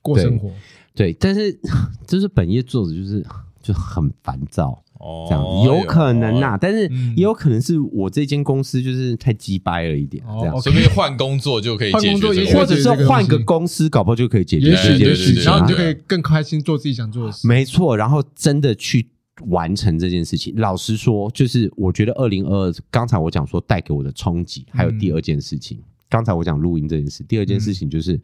S1: 过生活。
S2: 对，但是 就是本业做的就是就很烦躁，
S3: 哦
S2: 这样子、有可能啊呐、
S3: 哎
S2: 但是
S1: 嗯
S2: 也有可能是我这间公司就是太鸡掰了一点，
S1: 哦
S2: 这样
S3: 呦
S1: ，OK
S2: 子。
S3: 随便换工作就可以
S1: 换
S3: 解
S1: 工
S3: 决
S1: 作
S3: 这
S1: 也
S3: 个
S1: 许
S2: 或
S3: 问
S2: 者
S3: 题。
S2: 是换个公司，搞不好就可以解决
S1: 也
S2: 这
S1: 许
S3: 对
S2: 件
S1: 也
S3: 对
S2: 事
S1: 许，
S3: 对
S2: 情
S1: 然后
S2: 啊
S1: 你就。可以更开心做自己想做的事。
S2: 没错，然后真的去完成这件事情。老实说，就是我觉得二零二二，刚才我讲说带给我的冲击，还有第
S1: 嗯
S2: 二件事情，刚才我讲录音这件事，第二件事情就是。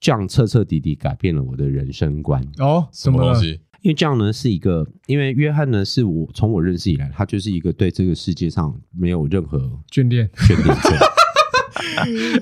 S2: 这样彻彻底底改变了我的人生观，
S1: 哦，
S3: 什
S1: 怎
S3: 么
S1: 么
S3: 东
S1: 了？
S3: 西？
S2: 因为这样呢是一个，因为约翰呢是我从我认识以来，他就是一个对这个世界上没有任何
S1: 眷恋？
S2: 眷恋者，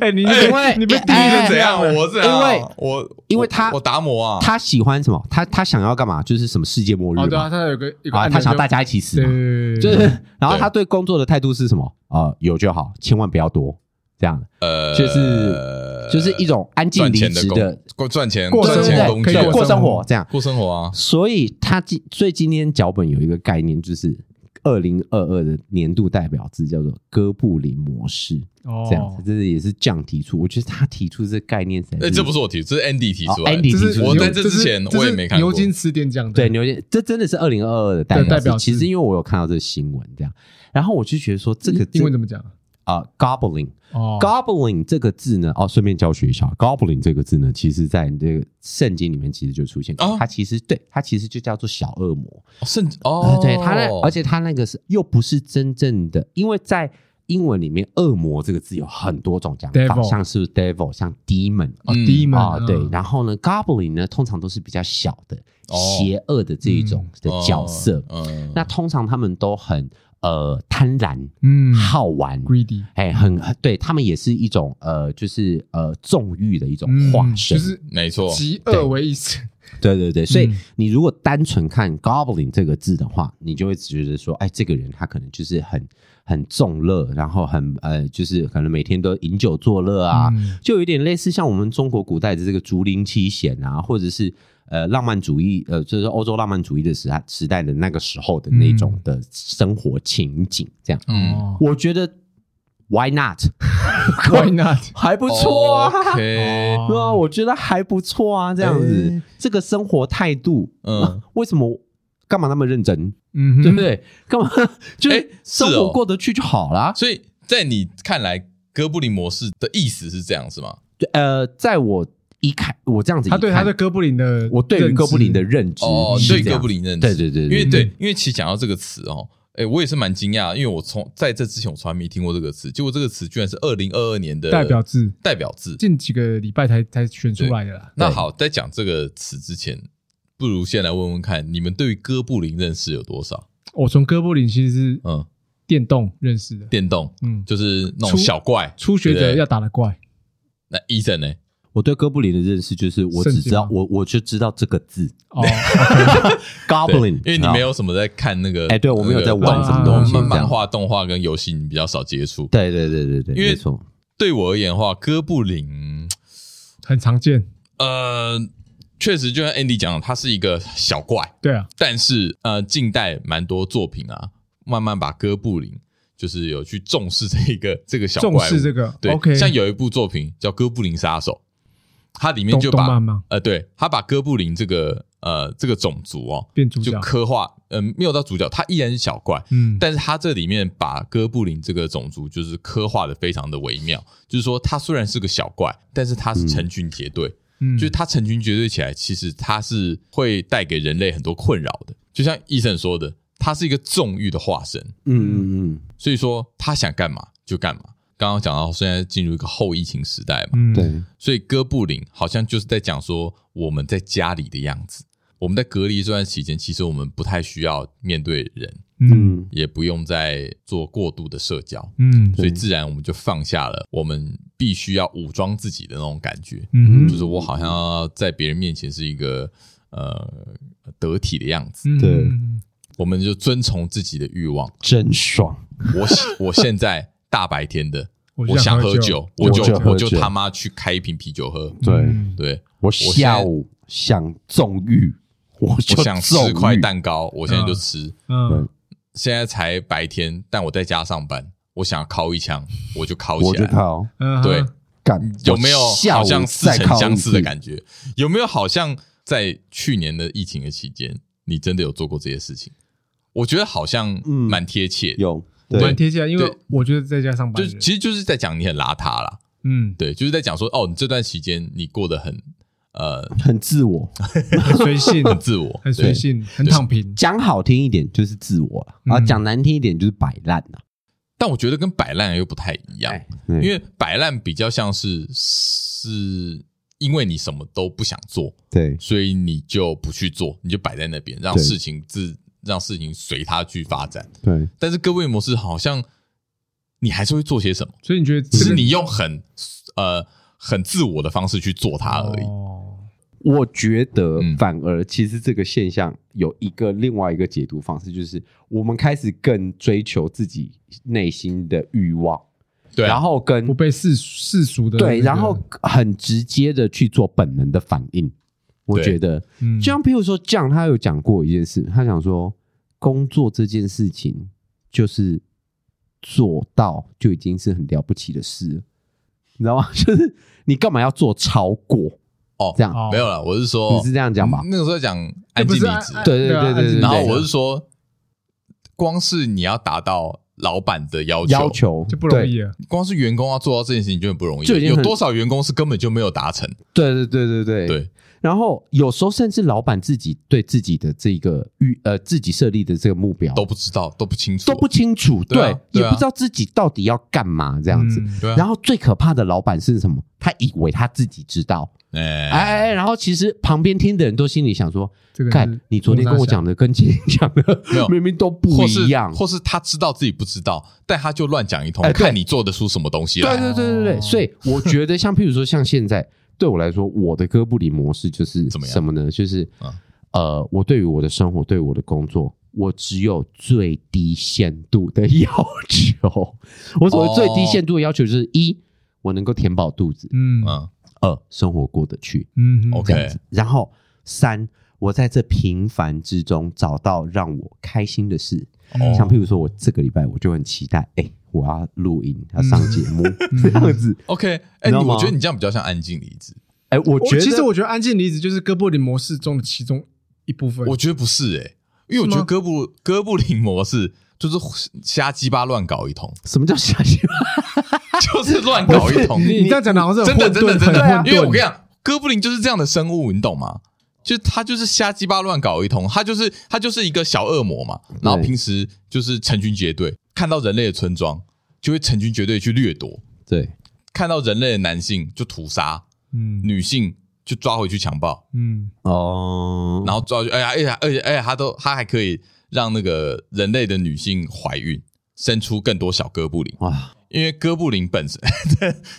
S1: 哎，你
S2: 因为
S1: 你被定
S2: 哎
S1: 义
S2: 哎
S1: 成
S3: 怎
S1: 怎样
S3: 样？
S1: 了？
S3: 我怎样？
S2: 因为
S3: 我
S2: 因为他
S3: 我我达摩啊，
S2: 他喜欢什么？他他想要干嘛？就是什么世界末日
S1: 哦，对
S2: 嘛
S1: 啊，他有个一个
S2: 啊，
S1: 按
S2: 他
S1: 钮
S2: 想要
S1: 就
S2: 大家一起死
S1: 对
S2: 嘛，
S1: 对对对
S2: 就是，然后
S3: 对
S2: 他对工作的态度是什么？啊，有就好，千万不要多，这样
S3: 呃，
S2: 就是就是一种安静
S3: 赚
S2: 离
S3: 钱的
S2: 职的
S3: 工，呃过赚钱
S1: 过
S3: 赚
S1: 生活
S3: 钱的
S2: 对
S3: 工
S2: 对
S3: 具
S1: 可以
S2: 对，
S3: 啊，
S2: 过
S1: 过
S2: 生
S1: 生
S2: 活
S1: 活
S2: 这样。
S3: 过生活啊，
S2: 所以他今所以今天脚本有一个概念，就是二零二二的年度代表字叫做哥布林模式，
S1: 哦
S2: 这样子，这是也是这样提出。我觉得他提出这个概念才
S3: 哎，这不是我提出，这是 Andy 提
S2: 嗯
S3: 出
S2: 哦
S3: 来的。
S2: Andy
S1: 这是
S2: 我
S3: 在这之前
S1: 是
S3: 我也没看过
S1: 牛津词典讲的，
S2: 对，牛津，这真的是二零二二的代
S1: 对代
S2: 表
S1: 表
S2: 字。其实
S1: 字
S2: 因为我有看到这个新闻，这样，然后我就觉得说这个
S1: 英文
S2: 字
S1: 怎么讲啊？
S2: 啊，goblin，
S1: 哦
S2: Goblin 这个字呢，哦，顺便教学一下，Goblin 这个字呢，其实在这个圣经里面其实就出现过，
S3: 哦
S2: 它其实对它其实就叫做小恶魔，
S3: 哦甚至
S2: 呃
S3: 哦，
S2: 对它那，而且它那个是又不是真正的，因为在英文里面，恶魔这个字有很多种讲法，
S1: Devil
S2: 像是 devil，像 demon
S1: 哦
S3: 嗯
S1: 第一门
S2: 啊、对，
S1: 嗯
S2: 然后呢，Goblin 呢通常都是比较小的、
S3: 哦
S2: 邪恶的这一
S1: 嗯
S2: 种的
S1: 哦
S2: 角色，
S3: 嗯
S2: 那通常他们都很呃贪婪、
S1: 嗯
S2: 好玩、
S1: ，greedy
S2: 哎，很很对他们也是一种呃，就是呃纵欲的一种化
S1: 嗯
S2: 身，
S1: 就是
S3: 没错，
S1: 极恶为一身。
S2: 对对对。所以
S1: 嗯
S2: 你如果单纯看 “goblin” 这个字的话，你就会觉得说，哎，这个人他可能就是很很纵乐，然后很呃，就是可能每天都饮酒作乐啊，
S1: 嗯
S2: 就有点类似像我们中国古代的这个竹林七贤啊，或者是呃浪漫主义，呃，就是欧洲浪漫主义的时代时代的那个时候的那种的生活情景，这样。
S3: 嗯，
S1: 哦
S2: 我觉得 Why not？
S1: ，Why not？
S2: 还不
S3: 不
S2: 错啊。
S3: OK，
S2: 对啊，我觉得还不错啊，这样子，
S3: 哦哎
S2: 这个生活态度，
S3: 嗯
S2: 嗯，为什么干嘛那么认真，
S1: 嗯哼，
S2: 对不对？干 嘛就
S3: 哎
S2: 是
S3: 是
S2: 生
S3: 哦
S2: 活过得去就好啦。
S3: 所以在你看来，哥布林模式的意思是这样是吗？
S2: 对呃，在我一看，我这样子一
S1: 他
S2: 看，
S1: 对他对哥布林的，
S2: 我对于哥布林的，认知
S3: 哦，
S2: 是
S3: 对
S2: 这
S3: 哥
S2: 样
S3: 布，林认
S2: 对
S3: 知，
S2: 对对，
S3: 因为对，因为其实讲到这个词哦，哎，我也是蛮惊讶，因为我从在这之前我从来没听过这个词，结果这个词居然是二零二二年的
S1: 代表字
S3: 代表字。
S1: 近几个礼拜才才选出来的啦。
S3: 那好，在讲这个词之前，不如先来问问看，你们对于哥布林认识有多少？
S1: 我从哥布林其实是
S3: 嗯，
S1: 电动认识的，
S3: 电动
S1: 嗯，
S3: 就是那种
S1: 初
S3: 小怪，
S1: 初学
S3: 对不
S1: 者
S3: 对
S1: 要打的怪，
S3: 那医生呢？
S2: 我对哥布林的认识就是，我只
S1: 圣
S2: 知
S1: 经
S2: 道
S1: 吗
S2: 我我就知道这个字
S1: 哦，
S3: 对
S2: goblin，
S3: 因为你没有什么在看那个，
S2: 哎对我没有在玩
S1: 什么东西
S3: 那个漫
S2: 这样
S3: 漫画、动画跟游戏你比较少接触。
S2: 对对对对对，
S3: 因为
S2: 没错，
S3: 对我而言的话，哥布林，
S1: 很常见，
S3: 呃，确实就像 Andy 讲的，它是一个小怪，
S1: 对 啊，
S3: 但是呃，近代蛮多作品啊，慢慢把哥布林就是有去重视这一个这个小怪
S1: 重
S3: 物
S1: 视这个
S3: 对
S1: OK
S3: 像有一部作品叫《哥布林杀手》，它里面
S1: 动
S3: 就
S1: 动
S3: 把
S1: 漫嘛，
S3: 呃，对，他把哥布林这个呃这个种族哦，
S1: 变主
S3: 就
S1: 角，
S3: 刻画，嗯、没有到主角，他依然是小怪，
S1: 嗯，
S3: 但是他这里面把哥布林这个种族就是刻画的非常的微妙，就是说他虽然是个小怪，但是他是成群结队，
S1: 嗯
S3: 就是他成群结队起来，其实他是会带给人类很多困扰的。就像医生说的，他是一个纵欲的化身，
S2: 嗯嗯嗯，
S3: 所以说他想干嘛就干嘛。刚刚讲到现在进入一个后疫情时代嘛，
S1: 嗯，
S2: 对，
S3: 所以哥布林好像就是在讲说我们在家里的样子。我们在隔离这段期间，其实我们不太需要面对人，
S1: 嗯
S2: 嗯，
S3: 也不用再做过度的社交，
S1: 嗯
S3: 所以自然我们就放下了我们必须要武装自己的那种感觉，
S1: 嗯
S3: 就是我好像要在别人面前是一个呃得体的样子，
S1: 嗯
S2: 对
S1: 嗯
S3: 我们就遵从自己的欲望。
S2: 真爽，
S3: 我 喜我现在大白天的，
S1: 我
S3: 我想
S1: 想
S3: 喝
S1: 喝
S3: 酒
S1: 酒，
S3: 我就
S2: 我就喝
S3: 我就
S2: 酒
S3: 他妈去开一瓶啤酒喝。
S2: 对
S1: 嗯
S3: 对，
S2: 我
S3: 现
S2: 下午想纵欲，我就
S3: 我想吃
S2: 纵
S3: 块
S2: 欲，
S3: 蛋糕，我现在就吃。
S1: 嗯
S3: 现在才白天，但我在家上班，我想要敲一枪，我就敲
S2: 我
S3: 起
S2: 就
S3: 来。
S2: 靠
S1: 嗯，
S3: 对，
S2: 干，
S3: 有没有
S2: 我下
S3: 好
S2: 午
S3: 像似
S2: 再
S3: 曾
S2: 靠
S3: 相
S2: 一
S3: 识的
S2: 次
S3: 感觉？有没有好像在去年的疫情的期间，你真的有做过这些事情？我觉得好像
S2: 嗯
S3: 蛮贴切的，
S2: 有
S1: 蛮
S2: 对
S1: 贴切的，啊因为
S3: 对
S1: 我觉得在家上班
S3: 就
S1: 的
S3: 是
S1: 人，
S3: 其实就是在讲你很邋遢啦，
S1: 嗯，
S3: 对，就是在讲说哦，你这段期间你过得很呃
S2: 很自我，
S1: 很随 性，
S3: 很自我，
S1: 很随性，很躺平，
S2: 讲好听一点就是自我了，然后
S1: 嗯
S2: 讲难听一点就是摆烂了。
S3: 但我觉得跟摆烂又不太一样，
S2: 哎
S3: 因
S2: 因
S3: 为摆烂比较像是是因为你什么都不想做，
S2: 对
S3: 所以你就不去做，你就摆在那边，让
S2: 对
S3: 事情自让事情随它去发展。
S2: 对
S3: 但是各位模式好像你还是会做些什么，
S1: 所以你觉得这
S3: 只是
S1: 个
S2: 嗯
S3: 你用很呃很自我的方式去做它而已。
S1: 哦
S2: 我觉得
S3: 嗯
S2: 反而其实这个现象有一个另外一个解读方式，就是我们开始更追求自己内心的欲望，
S3: 对啊，
S2: 然后跟
S1: 不被世世俗的那
S2: 对，
S1: 个
S2: 然后很直接的去做本能的反应。我
S3: 对
S2: 觉得，
S1: 嗯
S2: 就像譬如说，这样他有讲过一件事，他讲说，工作这件事情就是做到就已经是很了不起的事了，你知道吗？ 就是你干嘛要做超过？
S3: 哦
S2: 这样
S1: 哦嗯
S3: 没有了，我是说嗯
S2: 你是这样讲吧
S3: 那个时候讲
S1: 那
S3: 安
S1: 不
S3: 静
S1: 是
S3: 离
S1: 安
S3: 职，
S1: 安
S2: 对对
S1: 啊
S2: 对对
S1: 安静
S2: 对
S3: 然后
S1: 离职
S3: 我是说，光是你要达到老板的要求，
S2: 要求
S1: 就不容
S2: 对
S1: 易了，啊
S3: 光是员工要做到这件事情就很不容易
S2: 就
S3: 了。
S2: 已经
S3: 有
S2: 很
S3: 多少员工是根本就没有达成？
S2: 对对对对对
S3: 对。
S2: 然后有时候甚至老板自己对自己的这个预呃自己设立的这个目标
S3: 都不知道，都不清楚，
S2: 都不清楚，
S3: 对啊对
S2: 也
S3: 啊
S2: 不知道自己到底要干嘛这样子。
S1: 嗯
S3: 对啊。
S2: 然后最可怕的老板是什么？他以为他自己知道，
S3: 哎
S2: 哎哎，哎然后其实旁边听的人都心里想说
S1: 这个：“
S2: 看
S1: 是，
S2: 你昨天跟我讲的跟今天讲的
S3: 没 有
S2: 明明都不
S3: 或是
S2: 一样。”
S3: 或是他知道自己不知道，但他就乱讲一通，
S2: 哎对
S3: 看你做得出什么东西
S2: 对对
S3: 来。
S2: 对对对，
S1: 哦
S2: 所以我觉得像譬如说像现在对我来说，我的哥布林模式就是
S3: 怎么样
S2: 什么呢？就是
S3: 嗯
S2: 呃，我对于我的生活，对于我的工作。我只有最低限度的要求，我所谓最低限度的要求就是：一，我能够填饱肚子；
S1: 嗯
S3: 嗯，
S2: 二，生活过得去；
S1: 嗯
S3: ，OK
S2: 这样子。然后三，我在这平凡之中找到让我开心的事，
S1: 哦
S2: 像譬如说，我这个礼拜我就很期待，哎、我要录音，要上节 目，这样子。
S3: OK，
S2: 你知
S3: 哎，你
S2: 道吗
S3: 我觉得你这样比较像安静离职，
S2: 哎、我
S1: 我
S2: 觉得
S1: 其实我觉得安静离职就是哥布林模式中的其中一部分。
S3: 我觉得不是哎，因为我觉得哥布哥布林模式就是瞎鸡巴乱搞一通，
S2: 什么叫下心
S3: 就是乱搞一通，
S1: 你你这样讲的好像是
S3: 真
S1: 很
S3: 的
S1: 混
S3: 真的
S1: 沌，很
S3: 真的
S1: 混，沌。
S3: 因为我跟你讲，哥布林就是这样的生物，你懂吗？就他就是瞎鸡巴乱搞一通，他就是他就是一个小恶魔嘛。然后
S2: 对
S3: 平时就是成群结队，看到人类的村庄就会成群结队去掠夺，
S2: 对，
S3: 看到人类的男性就屠杀，
S1: 嗯
S3: 女性就抓回去强暴，
S1: 嗯
S2: 哦，
S3: 然后抓回去，哎呀，哎呀，而且而且他都他还可以让那个人类的女性怀孕，生出更多小哥布林。
S2: 哇，
S3: 因为哥布林本身，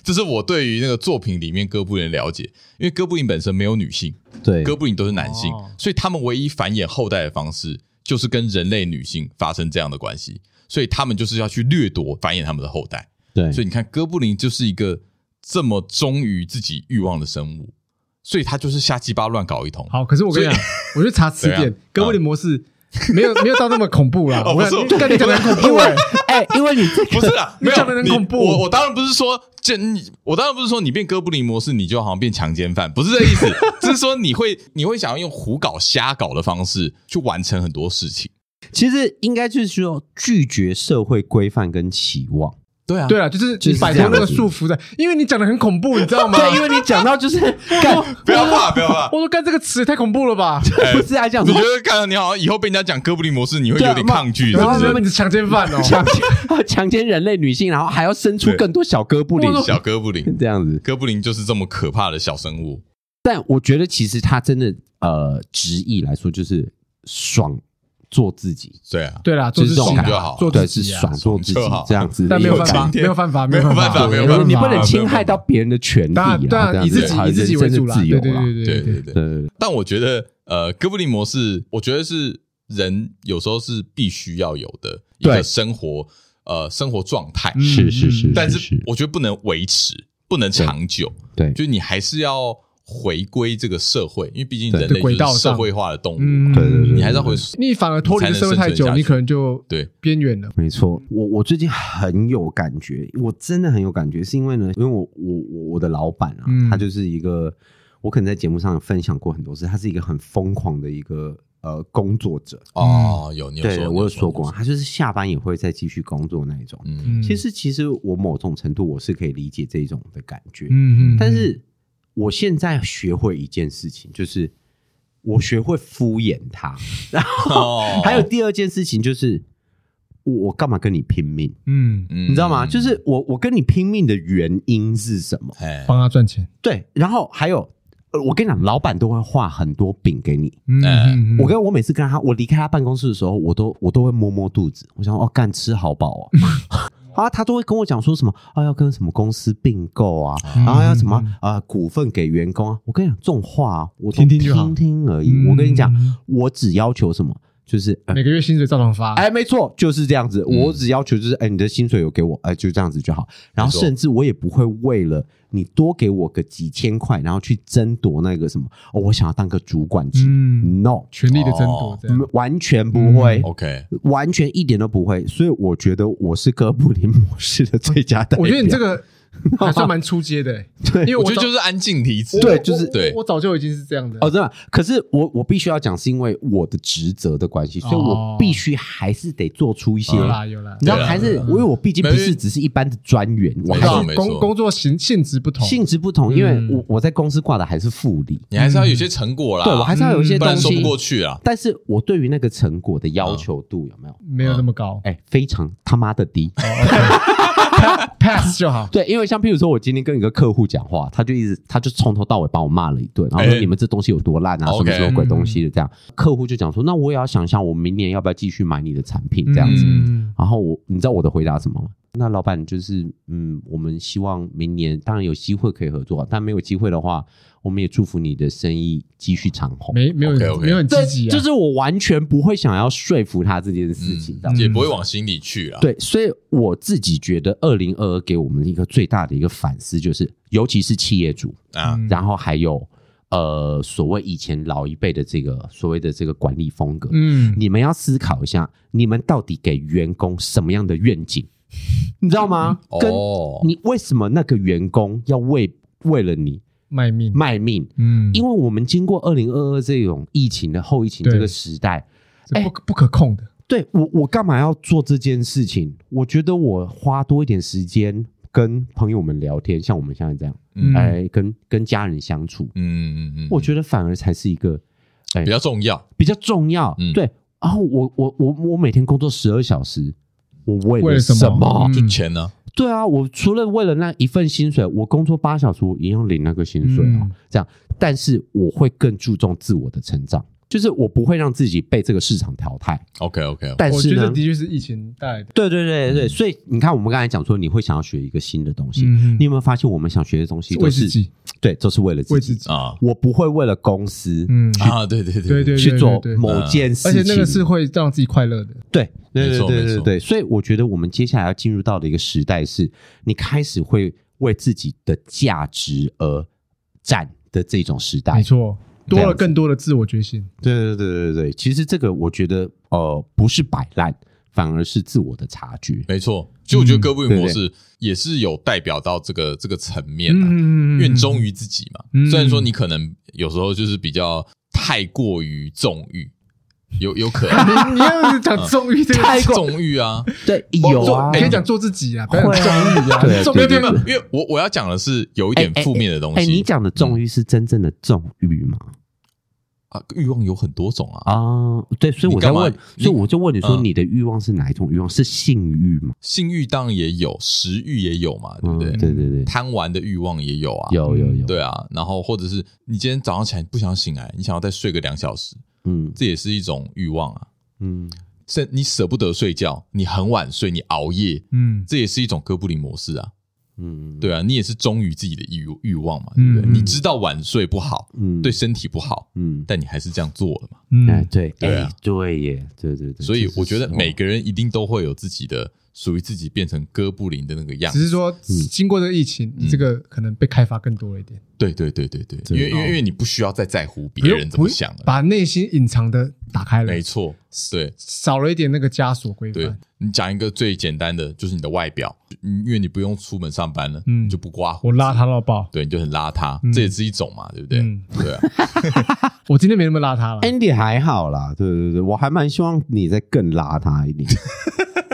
S3: 这是我对于那个作品里面哥布林的了解。因为哥布林本身没有女性，
S2: 对，
S3: 哥布林都是男性，
S1: 哦
S3: 所以他们唯一繁衍后代的方式就是跟人类女性发生这样的关系，所以他们就是要去掠夺繁衍他们的后代。
S2: 对，
S3: 所以你看，哥布林就是一个这么忠于自己欲望的生物，所以他就是瞎鸡巴乱搞一通。
S1: 好，可是我跟你讲，我去查词
S3: 怎
S1: 典
S3: 样，
S1: 哥布林模式没有没有到那么恐怖啦。
S3: 哦
S1: 我
S3: 不是
S1: 跟你讲的很恐怖哎，
S2: 哎、因为你这
S3: 不是啊，
S1: 你
S3: 没有
S1: 讲得很
S3: 你
S1: 恐怖
S3: 我我当然不是说这，你我当然不是说你变哥布林模式，你就好像变强奸犯，不是这意 思，只是说你会你会想要用胡搞瞎搞的方式去完成很多事情。
S2: 其实应该就是说拒绝社会规范跟期望。
S3: 对啊，
S1: 对了，就是
S2: 就是
S1: 你摆
S2: 这
S1: 脱
S2: 样
S1: 那个
S2: 子
S1: 束缚的，因为你讲的很恐怖，你知道吗？
S2: 对，因为你讲到就是 干，
S3: 不要怕，不要怕。
S1: 我说干这个词也太恐怖了吧？
S2: 不是啊，这样
S3: 你
S2: 子
S3: 觉。得看到你好像以后被人家讲哥布林模式，你会
S2: 对啊
S3: 有点抗拒，是
S1: 然后
S3: 不
S1: 说
S3: 是？
S1: 你是强奸犯哦，
S2: 强奸 强奸人类女性，然后还要生出
S3: 对
S2: 更多小哥布林，
S3: 小哥布林，
S2: 这样子。
S3: 哥布林就是这么可怕的小生物。
S2: 但我觉得其实他真的呃直译来说，就是爽做自己，
S3: 对啊，
S1: 对啦，做
S2: 就是
S1: 自
S2: 这种
S1: 己
S2: 感
S3: 就
S1: 啊
S3: 好，
S1: 做
S2: 对，
S1: 自
S2: 是
S1: 己啊
S2: 爽做自己
S3: 爽就好
S2: 这样子的
S1: 但
S2: 一
S1: 没有
S2: 个
S1: 办
S2: 概
S1: 法，
S2: 念。
S1: 没有办法，
S3: 没有
S1: 有
S3: 办法
S1: 法，
S3: 没有
S1: 有
S3: 办法
S2: 你不
S1: 办
S2: 能侵害到别人的权利
S1: 当
S2: 啊
S1: 然，，当然以自己以自己为主啦，
S2: 自由
S1: 对对
S2: 啦。
S1: 对
S3: 对
S1: 对
S3: 对
S1: 对
S3: 对。
S2: 对，
S3: 但我觉得，呃，哥布林模式，我觉得是人有时候是必须要有的一个
S1: 对
S3: 生活，呃，生活状态。
S1: 嗯
S2: 是是是，
S3: 但是
S2: 是，
S3: 我觉得不能维持，不能长久，
S2: 对
S3: 就你还是要回归这个社会，因为毕竟
S2: 对
S3: 人类
S1: 轨
S3: 就
S1: 道
S3: 是
S1: 上
S3: 社会化的动物
S1: 嗯，
S3: 嘛，
S2: 对对对
S3: 你还是要回
S1: 你反而脱离社会太
S3: 你才能生存下
S1: 久，
S3: 去
S1: 你可能就
S3: 对
S1: 边缘了。
S2: 没错，我我最近很有感觉，我真的很有感觉，是因为呢，因为我我我我的老板啊，
S1: 嗯
S2: 他就是一个，我可能在节目上有分享过很多次，他是一个很疯狂的一个呃工作者，
S3: 哦，有你有
S2: 嗯对
S3: 说，
S2: 我有说
S3: 你
S2: 过，他就是下班也会再继续工作那一种。
S3: 嗯
S1: 嗯
S2: 其实其实我某种程度我是可以理解这一种的感觉，
S1: 嗯嗯，
S2: 但是我现在学会一件事情，就是我学会敷衍他。然后
S3: 哦
S2: 还有第二件事情就是，我我干嘛跟你拼命？
S1: 嗯，
S3: 嗯
S2: 你知道吗？就是我我跟你拼命的原因是什么？
S3: 哎，
S1: 帮他赚钱。
S2: 对，然后还有。呃我跟你讲，老板都会画很多饼给你。
S1: 嗯
S3: 哎
S1: 嗯，嗯
S2: 我跟我每次跟他，我离开他办公室的时候，我都我都会摸摸肚子，我想哦，干吃好饱哦。 啊，他都会跟我讲说什么啊，要跟什么公司并购啊，
S1: 嗯
S2: 然后要什么啊、呃股份给员工啊。我跟你讲，这种话、啊、我都
S1: 听听就好
S2: 听听而已。
S1: 嗯
S2: 我跟你讲，我只要求什么，就是、呃
S1: 每个月薪水照常发。
S2: 哎，没错，就是这样子。
S3: 嗯
S2: 我只要求就是，哎，你的薪水有给我，哎，就这样子就好。然后
S3: 没错
S2: 甚至我也不会为了你多给我个几千块，然后去争夺那个什么，哦，我想要当个主管级。
S1: 嗯，
S2: No，
S1: 权力的争夺
S3: 哦
S1: 这样。
S2: 嗯完全不会，
S3: OK，
S2: 完全一点都不会。所以我觉得我是哥布林模式的最佳代表。
S1: 我觉得你这个还算蛮出街的欸，
S2: 对
S1: 因为
S3: 我觉得
S1: 早
S3: 就是安静离职，
S2: 对就是
S1: 我
S3: 对
S1: 我早就已经是这样的
S2: 哦，。真的。可是我我必须要讲，是因为我的职责的关系，所以我必须还是得做出一些。
S1: 有啦有啦，
S2: 你知道，
S3: 哦对啊
S2: 还是
S1: 对啊
S2: 因为我毕竟不
S3: 没有因
S2: 是
S3: 为
S2: 只是一般的专员，我
S3: 没
S2: 还
S3: 错
S2: 是
S1: 工工工作性性质不同，
S2: 性质不同，因为
S1: 嗯
S2: 我我在公司挂的还是副理，
S3: 你还是要有些成果啦，
S2: 对我还是要有一些
S3: 不
S2: 东
S3: 然说
S2: 西
S3: 啊嗯不过。去啊。
S2: 但是我对于那个成果的要求度有没有？
S1: 没有那么高
S2: 哎，非常他妈的低。
S1: ，pass 就好。
S2: 对，因为像譬如说，我今天跟一个客户讲话，他就一直他就从头到尾把我骂了一顿，然后说
S3: 哎
S2: 你们这东西有多烂啊，什
S3: OK
S2: 么什么鬼东西的这样。客户就讲说，那我也要想想，我明年要不要继续买你的产品这样子。
S1: 嗯
S2: 然后我，你知道我的回答是什么吗？那老板就是，嗯，我们希望明年当然有机会可以合作，啊但没有机会的话，我们也祝福你的生意继续长虹。
S1: 没没有
S3: OK，OK
S1: 没有很积
S2: 这
S1: 极啊，
S2: 就是我完全不会想要说服他这件事情，这样
S3: 嗯
S2: 子
S3: 也不会往心里去啊啦。
S2: 对，所以我自己觉得，二零二二给我们一个最大的一个反思，就是尤其是企业主，
S3: 啊，
S1: 嗯
S2: 然后还有呃所谓以前老一辈的这个所谓的这个管理风格，
S1: 嗯，
S2: 你们要思考一下，你们到底给员工什么样的愿景，你知道吗？
S1: 嗯
S2: 跟
S3: 哦，
S2: 你为什么那个员工要为为了你
S1: 卖命，
S2: 卖命？
S1: 嗯，
S2: 因为我们经过二零二二这种疫情的后疫情这
S1: 对
S2: 个时代，
S1: 这不不可控的，
S2: 对我，我干嘛要做这件事情？我觉得我花多一点时间跟朋友们聊天，像我们现在这样，
S3: 嗯
S2: 哎、跟跟家人相处，
S3: 嗯嗯嗯，
S2: 我觉得反而才是一个
S3: 得比较重要。
S2: 比较重要。
S3: 嗯
S2: 对，然后我我我我每天工作十二小时，我为
S1: 为
S2: 了
S1: 了什么
S2: 什么？
S1: 嗯
S3: 就钱呢？
S2: 对啊，我除了为了那一份薪水，我工作八小时，我一样领那个薪水啊。
S1: 嗯
S2: 这样，但是我会更注重自我的成长，就是我不会让自己被这个市场淘汰。
S3: OK OK，
S2: 但
S1: 我
S2: 是
S1: 觉
S2: 呢
S1: 得，的确是疫情带来的。
S2: 对对对对，所以你看，我们刚才讲说你会想要学一个新的东西，
S1: 嗯
S2: 你有没有发现我们想学的东西都
S1: 为自
S2: 是
S1: 己，
S2: 对，都是为了自己。
S1: 为自己，
S3: 啊
S2: 我不会为了公司、
S1: 嗯，
S3: 啊，对对
S1: 对
S3: 对
S1: 对
S2: 去做
S1: 对对啊
S2: 某件事
S1: 而
S2: 情，
S1: 且那个是会让自己快乐的。
S2: 对对
S3: 没
S2: 对
S3: 错
S2: 对
S3: 没
S2: 对
S3: 错
S2: 对，所以我觉得我们接下来要进入到的一个时代是，你开始会为自己的价值而战的这种时代
S1: 没。错，多了更多的自我觉醒。
S2: 对对对对对，其实这个我觉得呃不是摆烂，反而是自我的察觉。
S3: 没错。就我觉得哥布林
S2: 嗯
S3: 模式也是有代表到这个这个层面啊，
S1: 嗯
S3: 因为你忠于自己嘛。
S1: 嗯
S3: 虽然说你可能有时候就是比较太过于纵欲，有有 可能
S1: 你你要
S3: 嗯
S1: 讲忠于这个，
S3: 纵欲啊，
S2: 对，有
S1: 做
S2: 啊，
S1: 可以讲做自己啊，不要讲
S2: 会啊
S1: 忠于
S2: 对
S1: 啊，忠
S3: 没
S1: 于
S3: 有没
S1: 别
S3: 有
S1: 人
S3: 没有，因为我我要讲的是有一点负面的东
S2: 哎
S3: 嗯
S2: 哎、你
S3: 西。
S2: 讲的纵欲是真正的纵欲吗？
S3: 啊，欲望有很多种啊，
S2: 啊，对，所以我在问
S3: 你干嘛，
S2: 所以我就问你说，
S3: 嗯
S2: 你的欲望是哪一种欲望？是性欲吗？
S3: 性欲当然也有，食欲也有嘛，对不对？
S2: 嗯对对对，
S3: 贪玩的欲望也有啊，
S2: 有有有，
S3: 对啊，然后或者是你今天早上起来不想醒来，你想要再睡个两小时，
S2: 嗯
S3: 这也是一种欲望啊。
S2: 嗯，
S3: 甚你舍不得睡觉，你很晚睡，你熬夜，
S1: 嗯，
S3: 这也是一种哥布林模式啊。
S2: 嗯，
S3: 对啊，你也是忠于自己的欲欲望嘛，对不对？
S1: 嗯
S3: 你知道晚睡不好，
S2: 嗯，
S3: 对，身体不好，
S2: 嗯，
S3: 但你还是这样做了嘛。
S2: 哎，
S1: 嗯，
S2: 对，
S3: 对
S2: 哎
S3: 啊
S2: 对耶，对对对，
S3: 所以
S2: 这是哦
S3: 我觉得
S2: 实话
S3: 每个人一定都会有自己的属于自己变成哥布林的那个样
S1: 只
S3: 子。
S1: 是说
S2: 嗯
S1: 经过这个疫情，
S3: 嗯
S1: 这个可能被开发更多了一点，
S3: 对对对对对，
S2: 真的
S3: 因为因为因为你不需要再在乎别人怎么想了。
S1: 把内心隐藏的打开了
S3: 没，错，对
S1: 少了一点那个枷锁规
S3: 对
S1: 范。，
S3: 你讲一个最简单的，就是你的外表，嗯因为你不用出门上班了，
S1: 嗯
S3: 你就不刮胡
S1: 我
S3: 子，
S1: 邋遢到爆，
S3: 对，你就很邋遢，
S1: 嗯
S3: 这也是一种嘛，对不对？
S1: 嗯
S3: 对啊，
S1: 我今天没那么邋遢
S3: 哎
S1: 了。
S2: Andy 还好啦，对对对，我还蛮希望你再更邋遢一 点。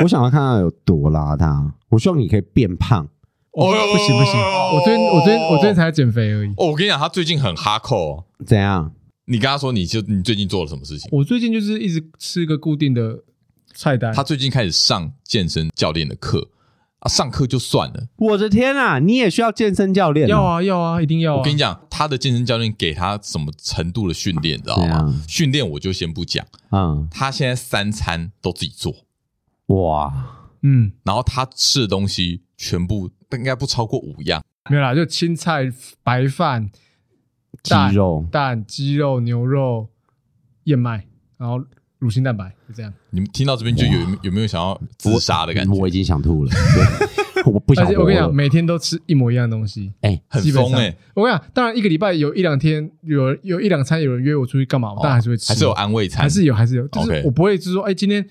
S2: 我想要看他有多邋遢，我希望你可以变胖。
S1: 哦，
S3: 哎呦
S1: 不行不行，我最近我最近我最近才减肥而已。
S3: 哦，我跟你讲，他最近很哈扣、哦。
S2: 怎样？
S3: 你跟他说，你就你最近做了什么事情？
S1: 我最近就是一直吃一个固定的菜单，
S3: 他最近开始上健身教练的课啊，上课就算了。
S2: 我的天啊，你也需要健身教练、
S1: 要！啊要啊，一定要啊。
S3: 我跟你讲，他的健身教练给他什么程度的训练，你知道
S2: 对
S3: 吗
S2: 啊？
S3: 训练我就先不讲，
S2: 嗯，
S3: 他现在三餐都自己做，
S2: 哇，
S1: 嗯，
S3: 然后他吃的东西全部应该不超过五样。
S1: 没有啦，就青菜、白饭、
S2: 肌
S1: 蛋
S2: 肉
S1: 蛋、鸡肉、牛肉、燕麦，然后乳清蛋白，就这样。
S3: 你们听到这边就有有没有想要自杀的感
S2: 嗯
S3: 觉？
S2: 我已经想吐了。对 我不想
S1: 而
S2: 活
S1: 且
S2: 了。
S1: 我跟你讲，每天都吃一模一样的东西。
S2: 哎，
S3: 很
S1: 基本
S3: 疯
S1: 上
S3: 哎、
S1: 我跟你讲，当然一个礼拜有一两天有人有一两餐有人约我出去干嘛，我当然还是会吃，
S3: 哦还是有安慰餐，
S1: 还是有还是有，就是
S3: OK
S1: 我不会就是说，哎，今天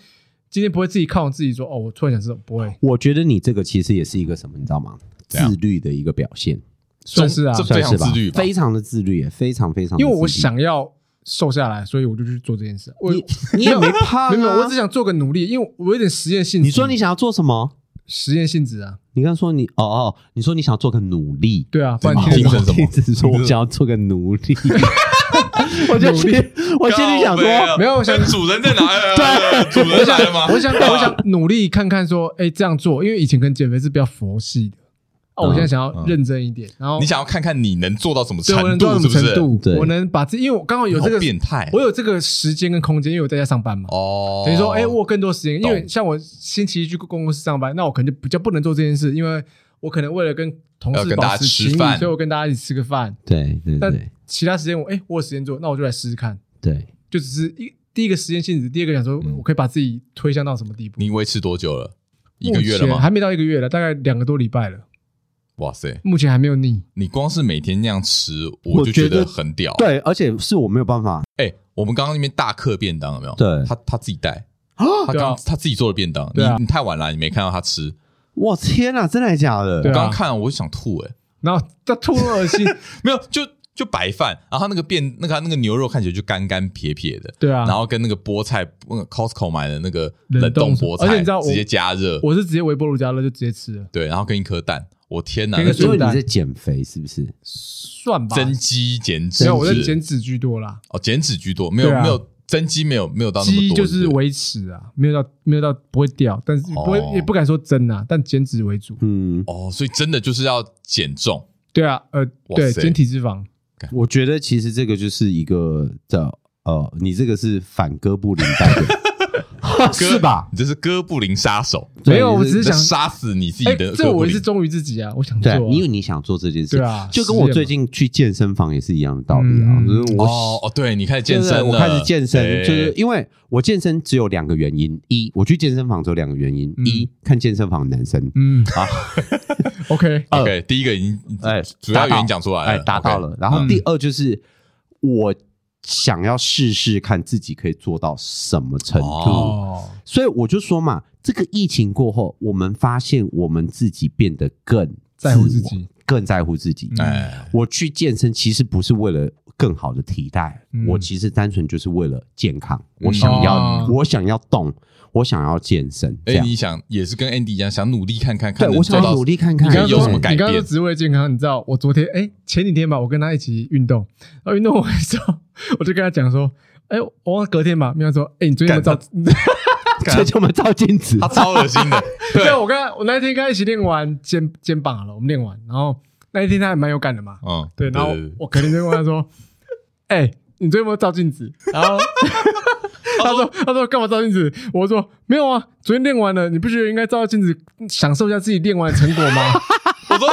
S1: 今天不会自己看我自己说，哦，我突然想吃，不会，
S2: 我觉得你这个其实也是一个什么，你知道吗？
S3: 怎样
S2: 自律的一个表现，
S1: 算是啊
S3: 这，
S2: 算
S3: 非常
S2: 是吧？
S3: 自律吧
S2: 非常的自律耶，非常非常。
S1: 因为我，想要瘦下来，所以我就去做这件事。我
S2: 你你也没胖、啊，
S1: 没有，没有我只想做个努力，因为我有点实验性质。啊
S2: 你说你想要做什么？
S1: 实验性质啊？
S2: 你刚说你哦哦，你说你想要做个努力，
S1: 对啊，不然
S3: 你
S1: 你
S3: 听成什么
S2: 我一直说我想要做个 奴隶，我就心 里我心里想说，
S1: 没有我想
S3: 哎主人在哪？对，主人来了吗？
S1: 我想我想努力看看说，哎，这样做，因为以前跟减肥是比较佛系的，哦，我现在想要认真一点，然后
S3: 嗯你想要看看你能做到什么
S1: 对
S3: 程
S1: 我能
S3: 度
S1: 做，到什
S3: 是
S1: 么
S3: 不
S1: 程
S3: 是？
S1: 度
S2: 对？
S1: 我能把自己，因为我刚好有这
S3: 好
S1: 个
S3: 变态，啊
S1: 我有这个时间跟空间，因为我在家上班嘛。
S3: 哦，
S1: 等于说，哎、我有更多时间，因为
S3: 懂
S1: 像我星期一去公司上班，那我可能就比较不能做这件事，因为我可能为了跟同
S3: 要
S1: 事
S3: 跟
S1: 保
S3: 大家
S1: 持
S3: 吃
S1: 情谊，
S3: 饭
S1: 所以我跟大家一起吃个饭。
S2: 对对
S1: 但
S2: 对
S1: 其他时间我哎、我有时间做，那我就来试试看。
S2: 对，
S1: 就只是一第一个实验性质，第二个想说、
S3: 嗯
S1: 我可以把自己推向到什么地步。
S3: 你维持多久了？一个月了
S1: 目前
S3: 吗？
S1: 还没到一个月了，大概两个多礼拜了，
S3: 哇塞，
S1: 目前还没有腻。
S3: 你光是每天那样吃，
S2: 我
S3: 我就觉
S2: 觉得
S3: 得很屌。，
S2: 对，而且是我没有办法，
S3: 哎，我们刚刚那边大客便当有没有？
S2: 对
S3: 他他自己带，他
S1: 对啊
S3: 刚他自己做的便当，
S1: 对啊
S3: 你你太晚了，你没看到他吃。
S2: 我天哪，真的假的？
S1: 对啊
S3: 刚刚看我就想吐，哎，
S1: 然后他突然恶 心，
S3: 没有就。就白饭，然后那个便那个那个牛肉看起来就干干撇撇的，
S1: 对啊
S3: 然后跟那个菠菜，那个 Costco 买的那个
S1: 冷
S3: 冷冻
S1: 冻
S3: 菠菜，
S1: 而且你知道我
S3: 直接加热，
S1: 我是直接微波炉加热就直接吃了，
S3: 对，然后跟一颗蛋，我天哪，
S1: 跟一
S3: 那
S1: 个
S3: 就
S2: 所
S1: 笨
S2: 以你
S1: 蛋
S2: 在减肥是不是？
S1: 算吧。
S3: 增肌减脂，
S1: 没有，我在
S3: 是
S1: 减脂居多啦，
S3: 哦，减脂居多，没有、
S1: 对啊
S3: 没有增肌，没有没有到那么
S1: 肌
S3: 多，
S1: 就是
S3: 对不对
S1: 维持啊，没有到没有到不会掉，但是不会、
S3: 哦
S1: 也不敢说增啊，但减脂为主。
S2: 嗯，
S3: 哦，所以真的就是要减重，
S1: 对啊，呃，
S3: 哇
S1: 对，
S3: 塞
S1: 减体脂肪，
S2: 我觉得其实这个就是一个的呃，你这个是反哥布林代 表，
S1: 啊
S2: 是吧？
S3: 你这是哥布林杀手，
S2: 对
S1: 没有，
S2: 你
S1: 我
S2: 是
S1: 只是
S3: 你在
S1: 想，
S3: 杀死你自己
S1: 哎，
S3: 的
S1: 这
S3: 哥布
S1: 我也
S3: 林。
S1: 是忠于自己啊，我想做、
S2: 对
S1: 啊，，
S2: 因为你想做这件事，
S1: 对啊
S2: 就跟我
S1: 实验嘛
S2: 最近去健身房也是一样的道理啊，
S1: 嗯
S2: 就是我
S3: 哦哦，对你开始
S1: 啊
S3: 健身
S2: 对
S3: 了，
S2: 我开始健身，
S3: 对
S2: 就是因为我健身只有两个原因：一，我去健身房只有两个原因，
S1: 嗯
S2: 一看健身房的男生，
S1: 嗯
S2: 啊
S1: ，OK，
S3: OK，第一个已经
S2: 哎
S3: 主要
S2: 达到
S3: 原因讲出来
S2: 哎，
S3: 了，
S2: 达到
S3: OK
S2: 了；然
S1: 嗯
S2: 后第二就是我想要试试看自己可以做到什么程度，
S3: 哦
S1: 哦，
S2: 所以我就说嘛，这个疫情过后，我们发现我们自己变得更
S1: 在乎
S2: 我
S1: 自己，
S2: 更在乎自己。
S1: 嗯
S3: 哎，
S2: 我去健身其实不是为了更好的替代。
S1: 嗯
S2: 我其实单纯就是为了健康，
S4: 嗯
S2: 我想要、
S1: 哦
S2: 我想要动，我想要健身，这
S3: 哎，
S2: 样。
S3: 你想也是跟 Andy 一样，想努力看看看
S2: 对，
S3: 能
S2: 我想
S3: 做
S2: 要
S3: 到
S2: 努力看
S1: 你
S2: 看
S1: 刚刚
S3: 有什
S1: 说
S3: 么
S1: 你
S3: 改
S1: 刚刚说
S3: 变
S1: 职位健康，你知道我昨天哎前几天吧，我跟他一起运动，然后运动完之后，我就跟他讲说，哎，我忘了隔天吧，没有说，哎，你昨天有没有照？
S3: 干
S2: 这就我们照镜子
S3: 他， 超恶心 的，对
S1: 对，，我跟他我那天跟他一起练完肩肩膀好了，我们练完，然后那一天他还蛮有感的嘛，
S3: 嗯，
S1: 对，然后我肯定就问他说，哎，你昨天有没有照镜子？然后他说：“他说干嘛照镜子？”我说：“没有啊，昨天练完了，你不觉得应该照照镜子，享受一下自己练完的成果吗？”
S3: 我说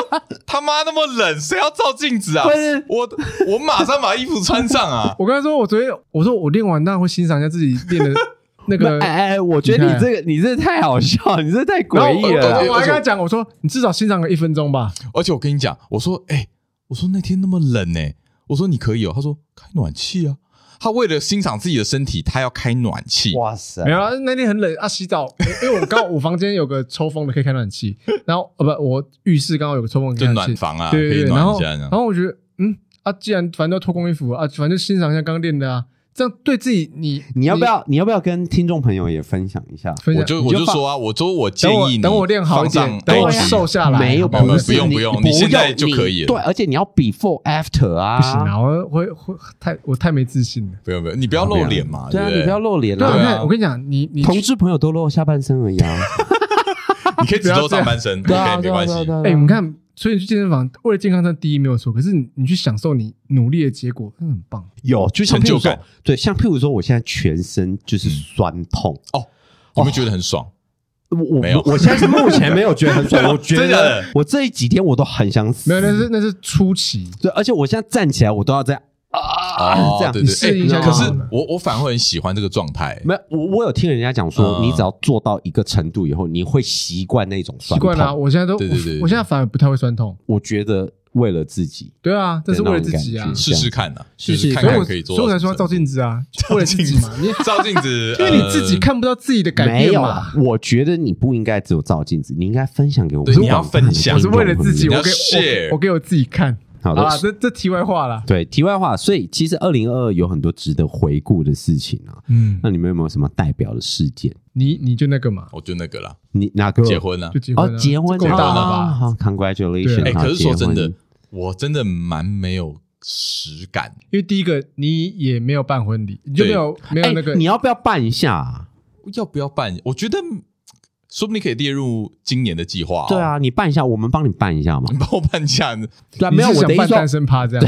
S3: 他妈那么冷，谁要照镜子啊
S2: 不是？
S3: 我我马上把衣服穿 上啊！
S1: 我跟他说，我昨天我说我练完，当然会欣赏一下自己练的那
S2: 不
S1: 个。
S2: 哎哎，我觉得你这个你这太好笑，你这太
S1: 然后
S2: 诡
S1: 我
S2: 异了
S1: 我
S2: 啦。
S1: 我还跟他讲，我说你至少欣赏个一分钟吧。
S3: 而且我跟你讲，我说，哎、我说那天那么冷呢、我说你可以哦、他说开暖气啊，他为了欣赏自己的身体，他要开暖气。
S4: 哇塞
S1: 没有啊，那天很冷啊，洗澡，因为我刚好我房间有个抽风的可以开暖气，然后呃不，我浴室刚好有个抽风可以
S3: 就
S1: 开
S3: 暖
S1: 暖气，
S3: 房啊，
S1: 对对
S3: 可以
S1: 对，然
S3: 暖一
S1: 后
S3: 下这
S1: 然
S3: 样。
S1: 后我觉得嗯啊，既然反正都要脱光衣服啊，反正就欣赏一下刚刚练的啊，这样对自己你
S2: 你要不要你要不要跟听众朋友也分享一下？
S1: 分
S3: 我
S1: 享？
S3: 就
S2: 你
S3: 我
S2: 就
S3: 就
S2: 放
S3: 说啊，我说我建
S1: 等我
S3: 议你
S1: 等我练好一
S3: 放上
S1: 点，等我
S3: 对啊
S1: 瘦下来，
S2: 没有，
S1: 好好
S3: 不
S2: 不
S3: 是
S2: 是，
S3: 用不用
S2: 你
S3: 你现在就可以了
S2: 你对，而且你要 before after 啊，
S1: 不行啊，我会会太我太没自信了。
S3: 不用不用，你不要露脸嘛，
S2: 对啊，
S3: 不
S2: 你不要，露脸
S1: 对啊，
S3: 对
S1: 你
S3: 啊
S1: 看，我跟你讲，你你
S2: 同志朋友都露下半身而已啊，
S3: 你可以只露上半身
S2: 对啊，
S3: ，OK，没关系。
S1: 哎、你，看，所以你去健身房为了健康，上第一没有错。可是你你去享受你努力的结果，那很棒。
S2: 有就像
S3: 成
S2: 譬
S3: 就
S2: 如说
S3: 感，嗯
S2: 对，像譬如说，我现在全身就是酸痛，
S3: 你们觉得很爽？
S2: 我
S3: 没有
S2: 我我现在是目前没有觉得很爽，我觉
S3: 真的假的
S2: 得我这几天我都很想死，
S1: 没有，那是那是初期。
S2: 对，而且我现在站起来我都要这样啊，这样
S1: 哦
S3: 对
S1: 你
S3: 对，
S1: 试
S3: 哎
S1: 一
S2: 下
S3: 可
S2: 就好
S3: 是
S1: 了
S3: 我我反而会很喜欢这个状态，
S2: 没有，我我有听人家讲说，
S3: 嗯
S2: 你只要做到一个程度以后，你会习惯那种
S1: 习
S2: 酸痛。
S1: 惯了，我现在都
S3: 对对对对
S1: 我，我现在反而不太会酸痛。
S2: 我觉得为了自己，
S1: 对啊，这是为了自己啊
S2: 对那种感，觉
S3: 试试看呐，
S2: 试试
S3: 就是看
S1: 所以
S3: 看
S1: 我
S3: 可以做
S1: 所以
S3: 到
S1: 我
S3: 什
S1: 才说要
S3: 么程度。
S1: 照镜子啊，为了自己嘛，你 因
S3: 照镜子，
S1: 为你自己
S3: 呃
S1: 看不到自己的改
S2: 没
S1: 变
S2: 有
S3: 啊
S1: 嘛。，
S2: 我觉得你不应该只有照镜子，你应该分享给我们
S3: 对
S2: 广
S3: 你要
S2: 大的
S3: 分享
S1: 我
S2: 听
S1: 是
S2: 众
S1: 为了自己，
S2: 朋
S1: 我
S2: 友
S3: 你要
S1: 给我
S3: share
S1: 我给我自己看。
S2: 好
S1: 啊，
S2: 的。
S1: 这这题外话啦。
S2: 对，题外话，所以其实二零二二有很多值得回顾的事情啊。
S1: 嗯，
S2: 那你们有没有什么代表的事件？
S1: 你你就那个嘛，
S3: 我就那个啦，
S2: 你哪个
S3: 结婚哦啊
S1: 就。结婚
S2: 哦
S1: 啊，，
S2: 结婚
S1: 这够大了
S2: 啊
S1: 吧？
S2: 好，Congratulations！
S1: 对
S3: 哎、
S2: 好
S3: 可是说
S2: 结
S3: 真
S2: 婚
S3: 的，我真的蛮没有实感。
S1: 因为第一个你也没有办婚礼，你就没
S3: 对
S1: 有没有
S2: 哎
S1: 那个，
S2: 你要不要办一下啊？
S3: 要不要办？我觉得嗯说不定可以列入今年的计划、哦。
S2: 对，啊，你办一下，我们帮你办一下嘛
S3: 你。 帮我办一下，我
S2: 对啊，
S1: 你
S2: 没有
S1: 是想
S2: 我的意思
S1: 办单
S2: 说，
S1: 身趴这样。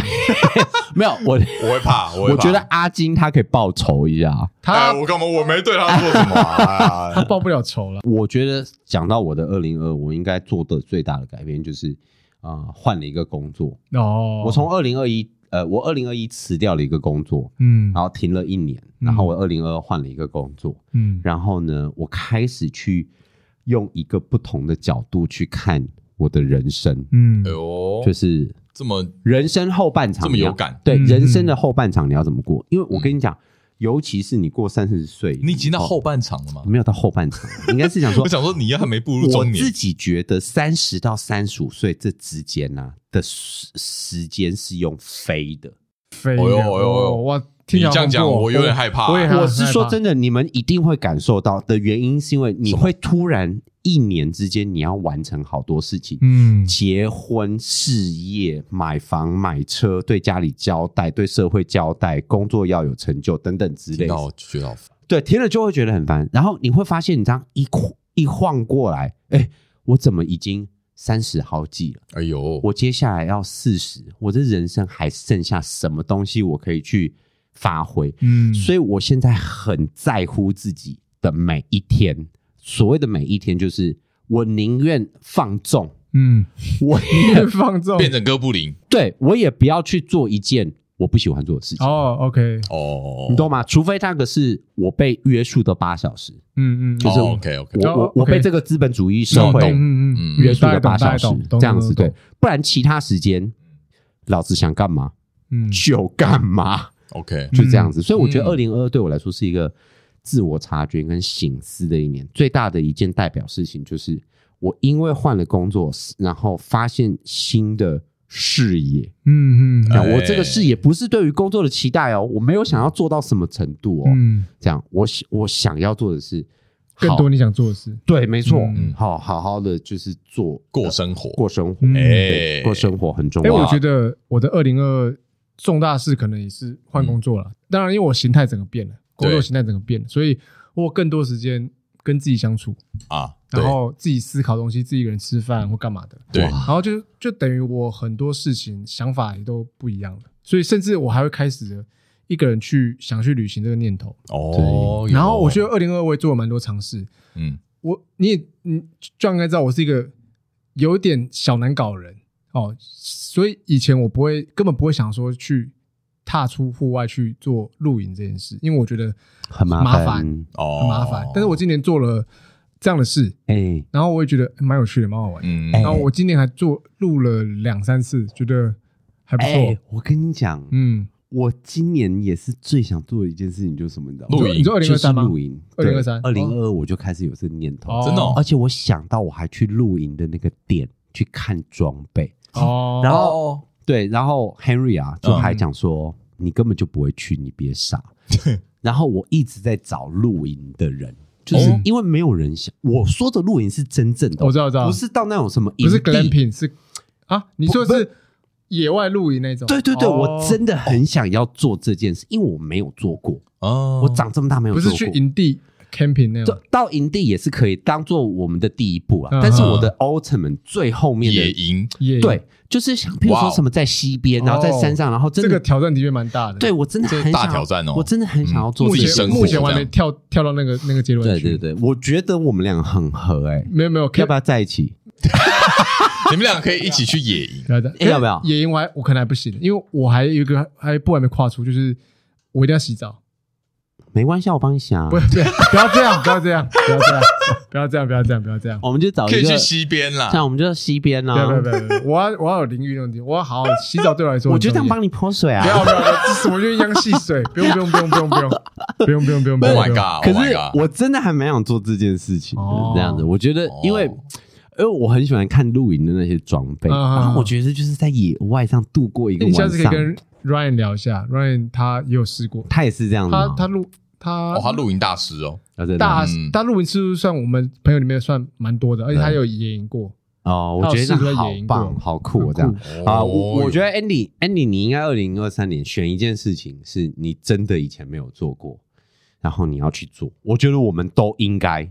S2: 没有我的，
S3: 会怕，我
S2: 我
S3: 会怕。
S2: 觉得阿金他可以报仇一下。啊
S3: 哎
S1: 他
S3: 我干嘛？我没对他做什么、 啊。
S1: 他报不了仇了。
S2: 我觉得讲到我的二零二，我应该做的最大的改变就是，啊、换了一个工作。
S1: 哦，
S2: 我从二零二一，呃，我二零二一辞掉了一个工作，
S1: 嗯
S2: 然后停了一年，
S1: 嗯
S2: 然后我二零二换了一个工作，
S1: 嗯
S2: 然后呢，我开始去用一个不同的角度去看我的人生，
S1: 嗯
S3: 哎呦，
S2: 就是
S3: 这么
S2: 人生后半场
S3: 这么
S2: 你要
S3: 有感嗯
S2: 对、
S1: 嗯
S2: 人生的后半场你要怎么过？因为我跟你讲，尤其是你过三十岁以后，
S3: 你已经到后半场了吗？
S2: 没有到后半场，应该是想说
S3: 我，想说你还没步入
S2: 哦我
S3: 中年
S2: 自，己觉得三十到三十五岁这之间呢、的时时间是用飞的。
S1: 飞了。
S3: 哦呦哦呦哦呦
S1: 哇！听
S3: 你
S1: 起来
S3: 这样讲，
S1: 好恐怖哦
S3: 我有点害怕、
S1: 我也害怕
S2: 我是说
S1: 害怕
S2: 真的，你们一定会感受到的原因，是因为你会突然一年之间你要完成好多事情，
S1: 嗯
S2: 结婚、事业、买房、买车，对家里交代，对社会交代，工作要有成就等等之类
S3: 听
S2: 的
S3: 到。我就觉得好烦。
S2: 对，听了就会觉得很烦。然后你会发现，你这样一晃一晃过来，哎，我怎么已经三十好几了？
S3: 哎呦，
S2: 我接下来要四十，我这人生还剩下什么东西我可以去发挥？
S1: 嗯，
S2: 所以我现在很在乎自己的每一天。所谓的每一天，就是我宁愿放纵，
S1: 嗯，
S2: 我
S1: 你放纵
S3: 变成哥布林
S2: 对我也不要去做一件我不喜欢做的事情。
S1: 哦，OK，
S3: 哦，
S2: 你懂吗？除非那个是我被约束的八小时，
S1: 嗯嗯，
S2: 就是
S3: 哦、OK OK，
S2: 我
S1: 哦
S2: 我我
S1: OK
S2: 被这个资本主义社
S3: 那我
S2: 会
S3: 懂
S1: 嗯嗯嗯
S3: 嗯
S2: 约束了八小时
S1: 大概懂大概，懂
S2: 这样子
S1: 懂
S2: 对，不然其他时间老子想干嘛
S1: 嗯，
S2: 就干嘛，
S3: OK，
S2: 就这样子。所以我觉得二
S3: 嗯
S2: 零二二对我来说是一个自我察觉跟醒思的一年，最大的一件代表事情就是我因为换了工作，然后发现新的视野。
S5: 嗯嗯嗯
S3: 哎
S2: 讲我这个视野不是对于工作的期待哦，我没有想要做到什么程度哦。
S5: 嗯，
S2: 这样，我想我想要做的是
S1: 更
S2: 好
S1: 多你想做的事。
S2: 对，没错，
S5: 嗯
S2: 好好好的就是做
S3: 过生活，
S2: 过生活，
S5: 嗯
S2: 对
S3: 哎，
S2: 过生活很重
S1: 哎、
S2: 要。
S1: 我觉得我的二零二重大事可能也是
S2: 嗯
S1: 换工作了。当然，因为我形态整个变了，工作
S3: 对
S1: 形态整个变了，所以我有更多时间跟自己相处，
S3: 啊，对
S1: 然后自己思考东西，自己一个人吃饭或干嘛的。
S3: 对，
S1: 然后就就等于我很多事情想法也都不一样了，所以甚至我还会开始一个人去想去旅行这个念头。
S3: 哦，
S1: 然后我觉
S3: 就
S1: 得二零二我也做了蛮多尝试，
S3: 嗯，
S1: 我你也你就应该知道我是一个有点小难搞的人哦，所以以前我不会根本不会想说去踏出户外去做露营这件事，因为我觉得
S2: 很麻
S1: 麻
S2: 烦
S1: 烦，
S3: 哦，
S1: 很麻烦。但是我今年做了这样的事，
S2: 哎，
S1: 然后我也觉得蛮有趣的，蛮好玩的。
S3: 嗯，
S1: 然后我今年还做录了两三次，觉得还不
S2: 哎
S1: 错。，
S2: 我跟你讲，
S1: 嗯，
S2: 我今年也是最想做的一件事情，就是什么，你知道吗
S3: 露营
S1: 你说二零
S2: 就
S1: 二
S2: 是
S1: 三吗？
S2: 露营，
S1: 2023
S2: 二零二二我就开始有这个念头，
S1: 哦
S3: 真的哦
S2: 而且我想到我还去露营的那个店去看装备，
S1: 哦，
S2: 然后
S3: 哦，
S2: 对，然后 Henry 啊就
S3: 嗯
S2: 还讲说、你根本就不会去，你别 傻。然后我一直在找露营的人，就是
S3: 哦
S2: 因为没有人想。我说的露营是真正的，
S1: 我知道我知道
S2: 不是到那种什么营
S1: 不
S2: 地
S1: 是 glamping 是啊，你说的是野外露营那种？
S2: 对对对，
S1: 哦
S2: 我真的很想要做这件事，因为我没有做过，
S3: 哦，
S2: 我长这么大没有
S1: 不
S2: 做
S1: 是
S2: 过。
S1: 去营地 camping 那
S2: 到
S1: 种。
S2: 到营地也是可以当做我们的第一步啊，
S1: 嗯
S2: 但是我的 ultimate 最后面
S3: 野
S2: 的
S3: 营，
S1: 野营
S2: 对，就是像譬如
S3: 哇
S2: 说
S3: 哦
S2: 什么在西边，然后在山上，然后真
S1: 哦这
S2: 的
S1: 个挑战的确蛮大的。
S2: 对，我真的
S3: 这
S2: 很想
S3: 大
S2: 要
S3: 挑战哦
S2: 我真的很想要做
S1: 目
S2: 这件
S3: 自己
S1: 前
S2: 事
S3: 生活
S1: 目前我还没
S3: 这样
S1: 跳跳到那个那个阶段
S2: 对
S1: 去。
S2: 对对，我觉得我们俩很合哎、
S1: 没有没有，
S2: 要不要在一起？
S3: 你们俩可以一起去野营，
S1: 要不
S2: 哎要不要
S1: 野营我还我可能还不行，因为我还有一个还一步还没跨出，就是我一定要洗澡。
S2: 没关系，我帮你想啊。
S1: 不对，不要这样，不要这样，不要这样，不要这样，不要这样，不要这样。
S2: 我们就找
S3: 可
S2: 一
S3: 以
S2: 个
S3: 去，西边啦。
S2: 像我们就西边
S1: 不要不
S2: 啊
S1: 要。不要不要！我要我要有淋浴那种地方，我要好好洗澡对我来说
S2: 我
S1: 很
S2: 就
S1: 重
S2: 这
S1: 要。
S2: 样帮你泼水啊
S1: 不。要不要不要，这是我就鸯戏水，不用不用不用不用不用不用不用不用不
S3: Oh
S1: 用。
S3: my god！
S2: 可
S3: oh my
S2: 是
S3: god
S2: 我真的还蛮想做这件事情的
S1: 哦，
S2: 这样子。我觉得，因为
S3: 哦
S2: 因为我很喜欢看露营的那些装备，
S1: 嗯嗯嗯
S2: 然后我觉得就是在野外上度过一
S1: 那
S2: 个
S1: 你下
S2: 晚
S1: 次可以
S2: 上，
S1: 跟 Ryan 聊一下，Ryan 他也有试过，
S2: 他也是这样子
S1: 他
S2: 吗。
S1: 他录他
S3: 哦，他露营大师哦，
S2: 啊真的
S1: 大
S3: 嗯
S1: 他录影次数算我们朋友里面算蛮多的，而且他
S2: 对
S1: 有野营过。
S2: 哦，我觉
S1: 他有试
S2: 得
S1: 着
S2: 好
S1: 野营过
S2: 棒，好酷哦，
S1: 很
S2: 这样
S1: 酷
S2: 啊！我我觉
S3: 得
S2: 得 Andy Andy，你应该二零二三年选一件事情是你真的以前没有做过，然后你要去做。我觉得我们都应该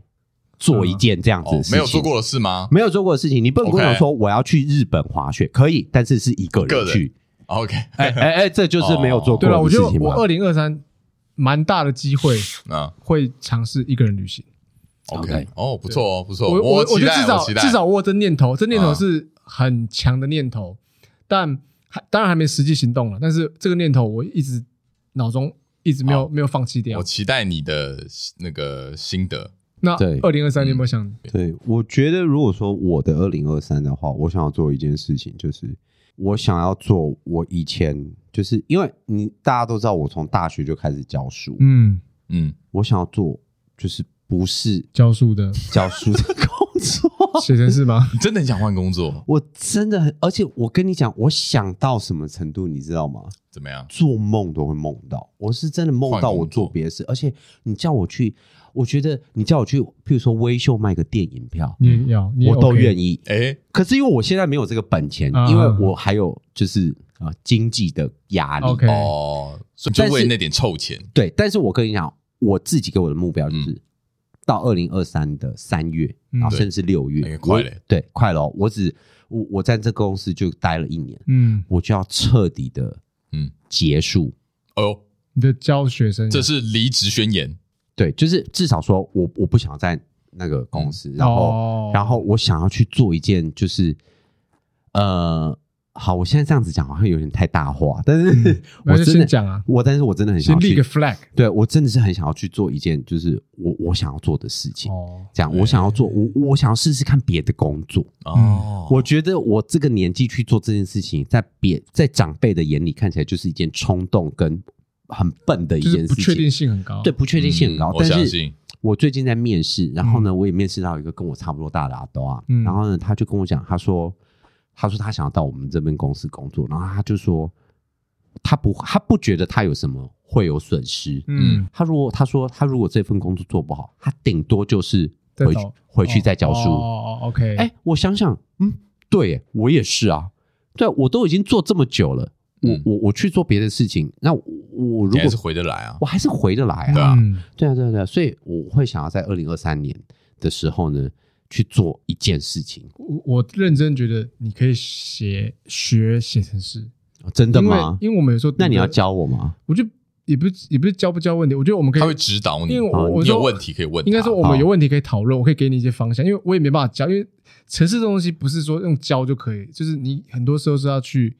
S2: 做一件这样子的事情
S3: 嗯哦没有做过的事吗？
S2: 没有做过的事情，你不能跟
S3: OK
S2: 我说我要去日本滑雪，可以，但是是一个
S3: 个
S2: 人
S3: 人
S2: 去。
S3: OK，
S2: 哎哎哎，这就是没有做过
S1: 哦对啊了，我
S2: 的
S1: 觉
S2: 事
S1: 得
S2: 情
S1: 我呃
S2: 嘛。
S1: 二零二三蛮大的机会
S3: 嗯
S1: 会尝试一个人旅行。
S3: ，OK，
S2: OK
S3: 哦，不错哦，不错，
S1: 我我我
S3: 期
S1: 觉得
S3: 待，
S1: 至
S3: 我
S1: 少
S3: 期待，
S1: 至少我有这念头，这念头
S3: 啊
S1: 是很强的念头，但还当然还没实际行动了。但是这个念头我一直脑中一直没有没有放弃掉
S3: 我。期待你的那个心得。
S1: 那
S2: 对
S1: 二零二三年有没有想？
S2: 对，我觉得如果说我的二零二三的话，我想要做一件事情，就是我想要做我以前就是因为你大家都知道，我从大学就开始教书，
S1: 嗯，
S3: 嗯，
S2: 我想要做就是不是
S1: 教书 的
S2: 教书的工作。
S1: 写程式吗？
S3: 你真的很想换工作，
S2: 我真的很，而且我跟你讲，我想到什么程度，你知道吗？
S3: 怎么样？
S2: 做梦都会梦到，我是真的梦到
S3: 换工作
S2: 我做别的事，而且你叫我去，我觉得你叫我去，譬如说微秀卖个电影票，
S1: 你也要，你也
S2: 我都
S1: 嗯 OK
S2: 愿意。
S3: 哎，
S2: 可是因为我现在没有这个本钱，
S1: 啊
S2: 因为我还有就是啊、呃经济的压力。
S1: OK
S3: 哦，所以就
S2: 嗯但是
S3: 为那点臭钱，
S2: 对，但是我跟你讲，我自己给我的目标就是、到二零二三的三月，
S1: 嗯
S2: 然后甚至六月，
S3: 嗯对哎
S2: 我
S3: 快嘞
S2: 对，快了哦。我只我我在这公司就待了一年，
S1: 嗯，
S2: 我就要彻底的
S3: 嗯，
S2: 结束。
S3: 哎呦，
S1: 你的教学生涯
S3: 这是离职宣言，
S2: 对，就是至少说我我不想要在那个公司，然后、
S1: 哦
S2: 然后我想要去做一件就是呃，好，我现在这样子讲好像有点太大话，但是、
S1: 嗯那
S2: 我
S1: 就
S2: 真的
S1: 先讲啊
S2: 我但是我真的很想
S1: 先
S2: 要
S1: 立个
S2: 去，
S1: flag
S2: 对我真的是很想要去做一件就是我我想要做的事情。
S1: 哦，
S2: 这样，我想要做，我我想要试试看别的工作。
S3: 哦，
S2: 我觉得我这个年纪去做这件事情，在别在长辈的眼里看起来就是一件冲动跟很笨的一
S1: 就是
S2: 件
S1: 不
S2: 事情。
S1: 确定性很高。
S2: 对，不确定性很高
S3: 嗯。我
S2: 但
S3: 相
S2: 是
S3: 信，
S2: 我最近在面试，然后呢，我也面试到一个跟我差不多大的阿斗啊，
S1: 嗯
S2: 然后呢，他就跟我讲，他说他说他想要到我们这边公司工作，然后他就说他不他不觉得他有什么会有损失，
S3: 嗯，
S2: 他如果他说他如果这份工作做不好，他顶多就是
S1: 再
S2: 回去
S1: 找
S2: 回去再教书。
S1: 哦哦，OK，
S2: 哎、我想想，嗯，对耶，我也是啊，对啊我都已经做这么久了，我、
S3: 嗯
S2: 我我去做别的事情，那我我如
S3: 你
S2: 果
S3: 还是回得来啊
S2: 我。还是回得来
S3: 对
S2: 啊，
S3: 啊
S1: 嗯
S2: 对啊，对啊，对啊，所以我会想要在二零二三年的时候呢，去做一件事情，
S1: 我我认真觉得你可以写学写程式，
S2: 哦真的
S1: 因为
S2: 吗？
S1: 因为我们有时候
S2: 那你要，教我吗？
S1: 我就也不是也不是教不教问题，我觉得我们可以
S3: 他会指导你，
S1: 因为我
S3: 你
S1: 我
S3: 有
S1: 说
S3: 问题可以问他。
S1: 应该说我们
S2: 好
S1: 有问题可以讨论，我可以给你一些方向，因为我也没办法教，因为城市这种东西不是说用教就可以，就是你很多时候是要去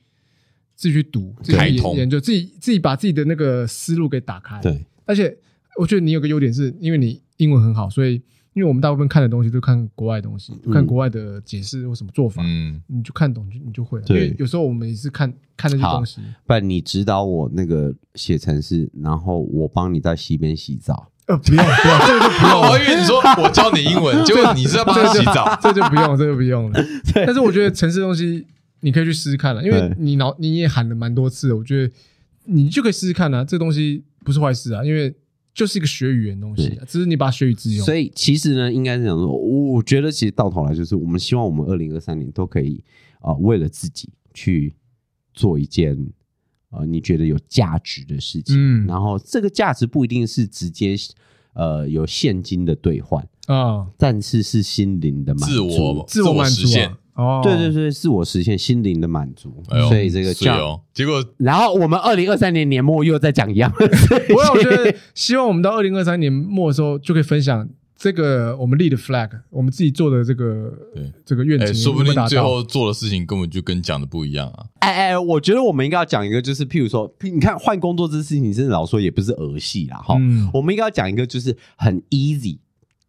S1: 自己去读、自己
S3: 开
S1: 去
S3: 通
S1: 研研究、自己自己把自己的那个思路给打开。
S2: 对，
S1: 而且我觉得你有个优点是，因为你英文很好，所以因为我们大部分看的东西都看国外的东西，
S2: 嗯
S1: 看国外的解释或什么做法，
S3: 嗯，
S1: 你就看懂你就你就会了。因
S2: 对
S1: 为有时候我们也是看看那些东西，
S2: 不然你指导我那个写程式，然后我帮你在溪边洗澡。
S1: 呃，不用不用，这个就不用
S3: 我
S1: 了。
S3: 还以为你说我教你英文，结果你是要帮他洗 澡。
S1: 这就不用，这就不用了。 但是我觉得城市东西你可以去试试看啊了，因为
S2: 对
S1: 你脑你也喊了蛮多次了，我觉得你就可以试试看啊，这东西不是坏事啊，因为就是一个学语言的东西、啊，只是你把它学以致用。
S2: 所以其实呢，应该是讲说，我我觉得其实到头来就是，我们希望我们二零二三年都可以啊、呃为了自己去做一件呃你觉得有价值的事情。
S1: 嗯
S2: 然后这个价值不一定是直接呃有现金的兑换，
S3: 嗯
S1: 啊，
S2: 但是是心灵的满足。
S3: 自我
S1: 自我满
S3: 实
S1: 足
S3: 现
S1: 啊。，哦，
S2: 对对对，自我实现心灵的满足。
S3: 哎呦
S2: 所以这个
S3: 是
S2: 叫。
S3: 哦，结果
S2: 然后我们二零二三年年末又在讲一样 的事情，
S1: 我我觉得希望我们到二零二三年末的时候就可以分享这个我们立的 flag，我们自己做的这个
S3: 对
S1: 这个愿
S3: 哎，
S1: 景，
S3: 说不
S1: 有没有达
S3: 定
S1: 到
S3: 最后做的事情根本就跟讲的不一样啊。
S2: 哎哎，我觉得我们应该要讲一个，就是譬如说，譬你看换工作这事情，真的老说也不是儿戏啦，哈、
S1: 嗯
S2: 我们应该要讲一个就是很 easy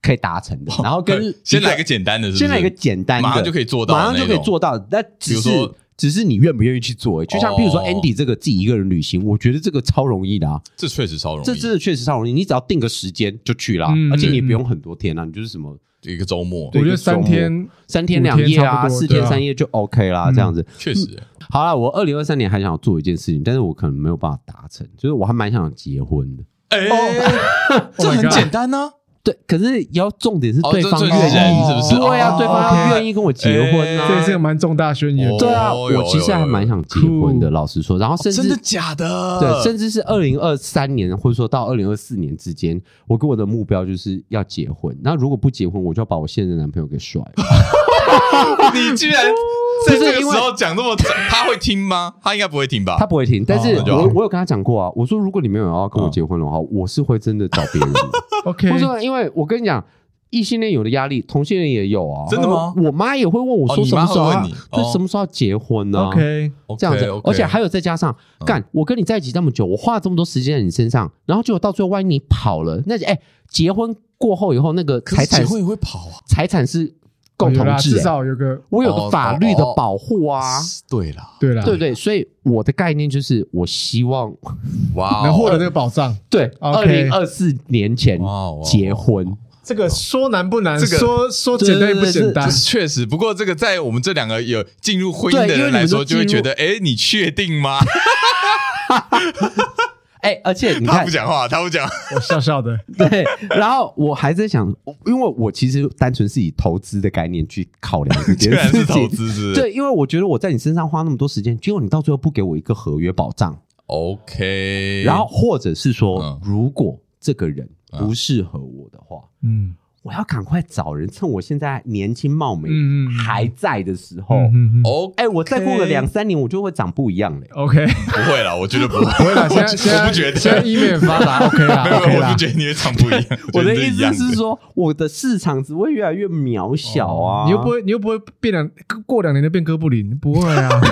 S2: 可以达成的，然后跟
S3: 哦先来个简单的是不是，
S2: 先来一个简单的，
S3: 马上就可以做到的
S2: 马
S3: 那种，
S2: 上就可以做到的。那只
S3: 比如
S2: 是
S3: 说
S2: 只是你愿不愿意去做、就像譬如说
S3: 哦
S2: Andy 这个自己一个人旅行，我觉得这个超容易的啊，
S3: 这确实超容易，
S2: 这真的确实超容易，你只要定个时间就去啦，
S1: 嗯
S2: 而且你也
S1: 嗯
S2: 不用很多天啊，你就是什么。
S3: 一个周末，
S1: 我觉
S2: 对
S1: 得三天
S2: 三天两
S1: 五
S2: 夜啊，
S1: 天差不多
S2: 四
S1: 对
S2: 天
S1: 啊
S2: 三夜就 OK 啦，
S1: 嗯
S2: 这样子。
S3: 确实，
S2: 好了，我二零二三年还想要做一件事情，但是我可能没有办法达成，就是我还蛮想结婚的。
S3: 哎，
S2: 哦
S1: 这
S2: Oh
S1: 很简
S3: 单啊呢，
S2: 对，可是要重点是
S3: 哦
S2: 对方
S3: 这
S2: 愿
S3: 这是人
S2: 意，
S3: 是不是？
S2: 对啊，
S3: 哦
S2: 对方要
S3: OK
S2: 愿意跟我结婚
S3: 哎
S1: 这也
S2: 啊
S1: 是。个蛮重大宣言。
S3: 哦
S2: 对啊，
S3: 有有
S2: 我其实还蛮想结婚哦的，老实说。然后甚
S3: 真的
S2: 至
S3: 假的？
S2: 对，甚至是二零二三年，或者说到二零二四年之间，我跟我的目标就是要结婚。那如果不结婚，我就要把我现任男朋友给甩了。
S3: 你居 然在
S2: 不是
S3: 这个时
S2: 因为
S3: 候讲这么，他会听吗？他应该不会听吧？
S2: 他不会听，但是
S3: 那就好嗯
S2: 我我有跟他讲过啊，我说如果你没有要跟我结婚的话，我是会真的找别 人的。
S1: OK，
S2: 我说，因为我跟你讲，异性恋有的压力，同性恋也有啊。
S3: 真的吗
S2: 我妈也会问我
S3: 哦
S2: 说
S3: 你
S2: 什
S3: 妈
S2: 么时候
S3: 会
S2: 要，
S3: 问你哦
S2: 就什么时候要结婚呢、
S1: OK，
S3: OK，
S2: 这样子
S3: OK 嗯
S2: 而且还有再加上，干，我跟你在一起这么久，我花了这么多时间在你身上，然后结果到最后，万一你跑了，那哎，结婚过后以后，那个
S3: 可
S2: 财
S3: 是
S2: 产
S3: 结婚哦也会跑啊？
S2: 财产是共
S1: 有
S2: 同
S1: 啦
S2: 制、
S1: 至
S2: 哎
S1: 少有个
S2: 我有个法律的
S3: 哦哦哦
S2: 保护啊，
S3: 对啦，
S1: 对啦，
S2: 对不对？所以我的概念就是，我希望
S3: 哇哦，
S1: 能获得这个保障。
S2: 对，二
S1: OK
S2: 零二四年前
S3: 哇哦
S2: 结婚，
S1: 这个说难不难，
S3: 这个
S1: 说说简单也不简
S2: 啊
S1: 单
S3: 这。确实，不过这个在我们这两个有进入婚姻
S2: 对
S3: 的
S2: 因为
S3: 人
S2: 你们
S3: 来
S2: 都
S3: 说，就会
S2: 进
S3: 觉
S2: 入
S3: 得，哎，你确定吗？
S2: 哎，而且你
S3: 他
S2: 看
S3: 不，讲话，他不讲，
S1: 我笑笑的，
S2: 对，然后我还在想，因为我其实单纯是以投资的概念去考量这
S3: 居
S2: 件
S3: 然
S2: 事
S3: 是投
S2: 情。
S3: 资是不是
S2: 对，因为我觉得我在你身上花那么多时间，结果你到最后不给我一个合约保障，
S3: ，OK，
S2: 然后或者是说
S3: 嗯，
S2: 如果这个人不适合我的话，
S1: 嗯
S2: 我要赶快找人，趁我现在年轻貌美
S1: 嗯嗯嗯
S2: 还在的时候，
S1: 嗯嗯
S3: 哦，
S2: 哎，我再过个两三年，我就会长不一样嘞。
S1: ，OK，
S2: 哎
S3: 不会啦，我觉得 不会，
S1: 不会啦，现
S3: 我
S1: 在
S3: 觉
S1: 现在
S3: 我不觉得，
S1: 现在 email 发达 OK 啦
S3: 没有，没
S1: ，OK
S3: 有，我
S1: 啦
S3: 不。觉得你会唱不一样。
S2: 我的
S3: 觉得
S2: 意
S3: 一样
S2: 思是，说，我的市场只会越来越渺小
S1: 哦
S2: 啊！
S1: 你又不会，你又不会变两过两年就变哥布林，不会 啊。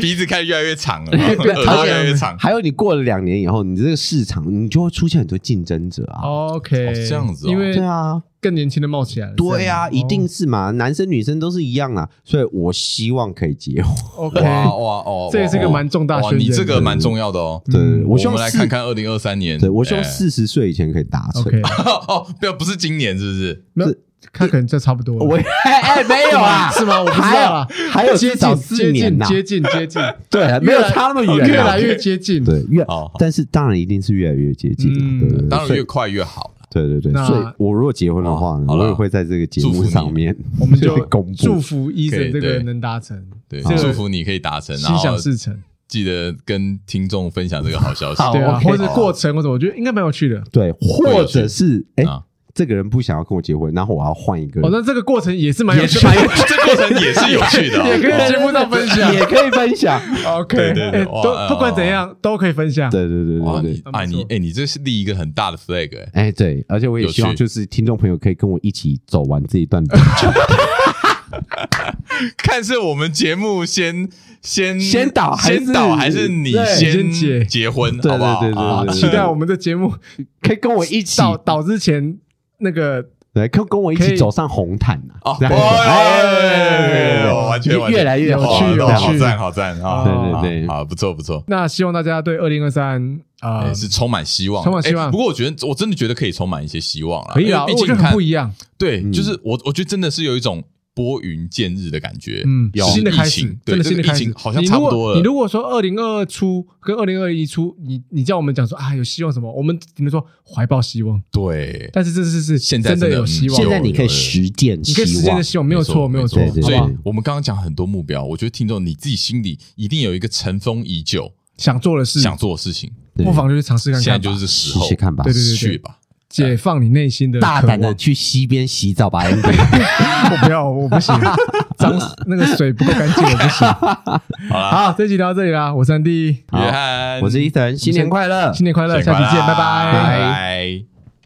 S3: 鼻子开始越来越长了， 耳朵越来越长。
S2: 还有你过了两年以后，你这个市场你就会出现很多竞争者啊。
S1: OK，
S3: 哦这样子哦
S1: 因为
S2: 对啊，
S1: 更年轻的冒起来了。
S2: 对
S1: 呀、
S2: 啊，一定是嘛，男生女生都是一样啊。所以我希望可以结婚。
S1: OK，
S3: 哇哇哦，
S1: 这也是个蛮重大
S3: 哇
S1: 宣言
S3: 你
S1: 的
S3: 这个蛮重要的哦。
S2: 对，我希
S3: 我
S2: 望
S3: 们来
S2: 四
S3: 看，看二零二三年，
S2: 对我希望
S3: 哎
S2: 四十岁以前可以达成。
S1: OK，
S3: 哦，不要，不是今年，是不是？
S1: 没有他可能这差不多了。
S2: 我哎、没有啊，
S1: 是吗？我不知
S2: 还
S1: 道
S2: 有
S1: 啦。
S2: 还有
S1: 接
S2: 至少
S1: 近
S2: 四
S1: 接
S2: 年
S1: 近
S2: 呐、
S1: 接近接 近，
S2: 对，没有差那么远啊、
S1: 越来越接近。
S2: 对越
S3: 好好，
S2: 但是当然一定是越来越接近啊、
S1: 嗯
S2: 对对对，
S3: 当然
S2: 所以
S3: 越快越好啦
S2: 对对对，
S1: 那
S2: 所以我如果结婚的话呢，
S3: 好啦
S2: 我也会在这个节
S3: 祝福
S2: 目
S3: 你
S2: 上面，
S1: 我们就
S2: 就公
S1: 祝
S2: 布。
S1: 福医
S3: 可
S1: 生
S3: 以
S1: 这个
S3: 对
S1: 能达成，
S3: 对，
S1: 这个
S3: 祝福你可以达成，然
S1: 心
S3: 后
S1: 想事成，
S3: 记得跟听众分享这个好消息。哦
S2: 好
S1: 对啊，
S2: OK
S1: 或者过程或者我觉得应该蛮有趣的。
S2: 对，或者是哎、
S3: 啊
S2: 这个人不想要跟我结婚，然后我要换一个
S1: 哦，
S2: 人，
S1: 那这个过程也是蛮有趣的，
S3: 这过程也是有趣的 啊，
S1: 也可以在节目上分享。
S2: 也可以分享。
S1: OK，
S3: 对对对
S1: 哎
S3: 哇
S1: 都
S3: 哦
S1: 不管怎样都可以分享。
S2: 对对对
S3: 哇，
S2: 对
S3: 你
S2: 对，
S3: 哎
S1: 还不错
S3: 你哎你这是立一个很大的 flag 哎，
S2: 哎对，而且我也
S3: 有趣
S2: 希望就是听众朋友可以跟我一起走完这一段旅程，
S3: 看是我们节目先先
S2: 先导还是
S3: 先导还是你
S2: 对
S1: 先结
S3: 结婚
S2: 对
S3: 好不好？
S2: 对对对
S3: 啊
S1: 好，
S2: 对
S1: 期待我们的节目
S2: 可以跟我一起
S1: 到到之前那个
S2: 对，跟跟我一
S1: 可
S2: 起
S1: 以
S2: 走上红毯啊！
S3: 哦，
S2: 这样子
S3: 哎
S2: 哎
S3: 呦，完全完全
S2: 越来越
S1: 有
S2: 好
S1: 趣
S3: 哇
S1: 有
S3: 那好
S1: 趣
S3: 赞好赞啊！
S2: 对对对
S3: 啊，不错不错。
S1: 那希望大家对二零二三啊
S3: 也哎是充满希望的，
S1: 充满希望
S3: 哎不过我觉得，我真的觉得可以充满一些希望啦。
S1: 可以啊，
S3: 因为
S1: 我
S3: 毕
S1: 觉
S3: 竟
S1: 得
S3: 看
S1: 很不一样，
S3: 对，
S2: 嗯
S3: 就是我我觉得真的是有一种拨云见日的感觉。
S1: 嗯，
S3: 有
S1: 新的开
S3: 疫
S1: 始
S3: 情，
S1: 真
S3: 对
S1: 的新的
S3: 这个
S1: 开
S3: 疫
S1: 始
S3: 情。好像
S1: 你
S3: 差
S1: 如
S3: 不
S1: 果
S3: 多了。
S1: 你如果说二零二二初跟二零二一初，你你叫我们讲说啊有希望什么，我们只能说怀抱希望，
S3: 对，
S1: 但是这是是
S3: 现在
S1: 真的
S3: 真的
S1: 有希望，
S3: 嗯
S4: 现在
S3: 有
S4: 你可以
S3: 有有
S4: 实践
S1: 你可以实
S4: 希
S1: 现
S4: 望
S1: 的，希望没有错，没有错，
S2: 对对
S1: 好
S3: 所
S1: 不
S3: 以
S1: 好？
S3: 我们刚刚讲很多目标，我觉得听众你自己心里一定有一个尘封已久
S1: 想做的事，
S3: 想做的事情，
S2: 对
S1: 不妨就去尝试看
S3: 现
S1: 看
S3: 在
S1: 吧，
S3: 就是时
S2: 试
S3: 候，
S2: 试看吧
S1: 对。对对对
S3: 去吧。
S1: 解放你内心的
S4: 大
S1: 渴
S4: 胆 的
S1: 望。
S4: 去溪边洗澡吧哎 Andy
S1: 我不要，我不行，脏那个水不够干净，我不行。
S3: 好啦，
S1: 好，这集聊到这里啦，我是安迪，
S2: 好
S3: 约翰，
S2: 我是伊森，新年快乐！
S1: 新年快乐，
S3: 新年
S1: 下
S3: 快乐
S1: 期见，拜
S3: 拜拜。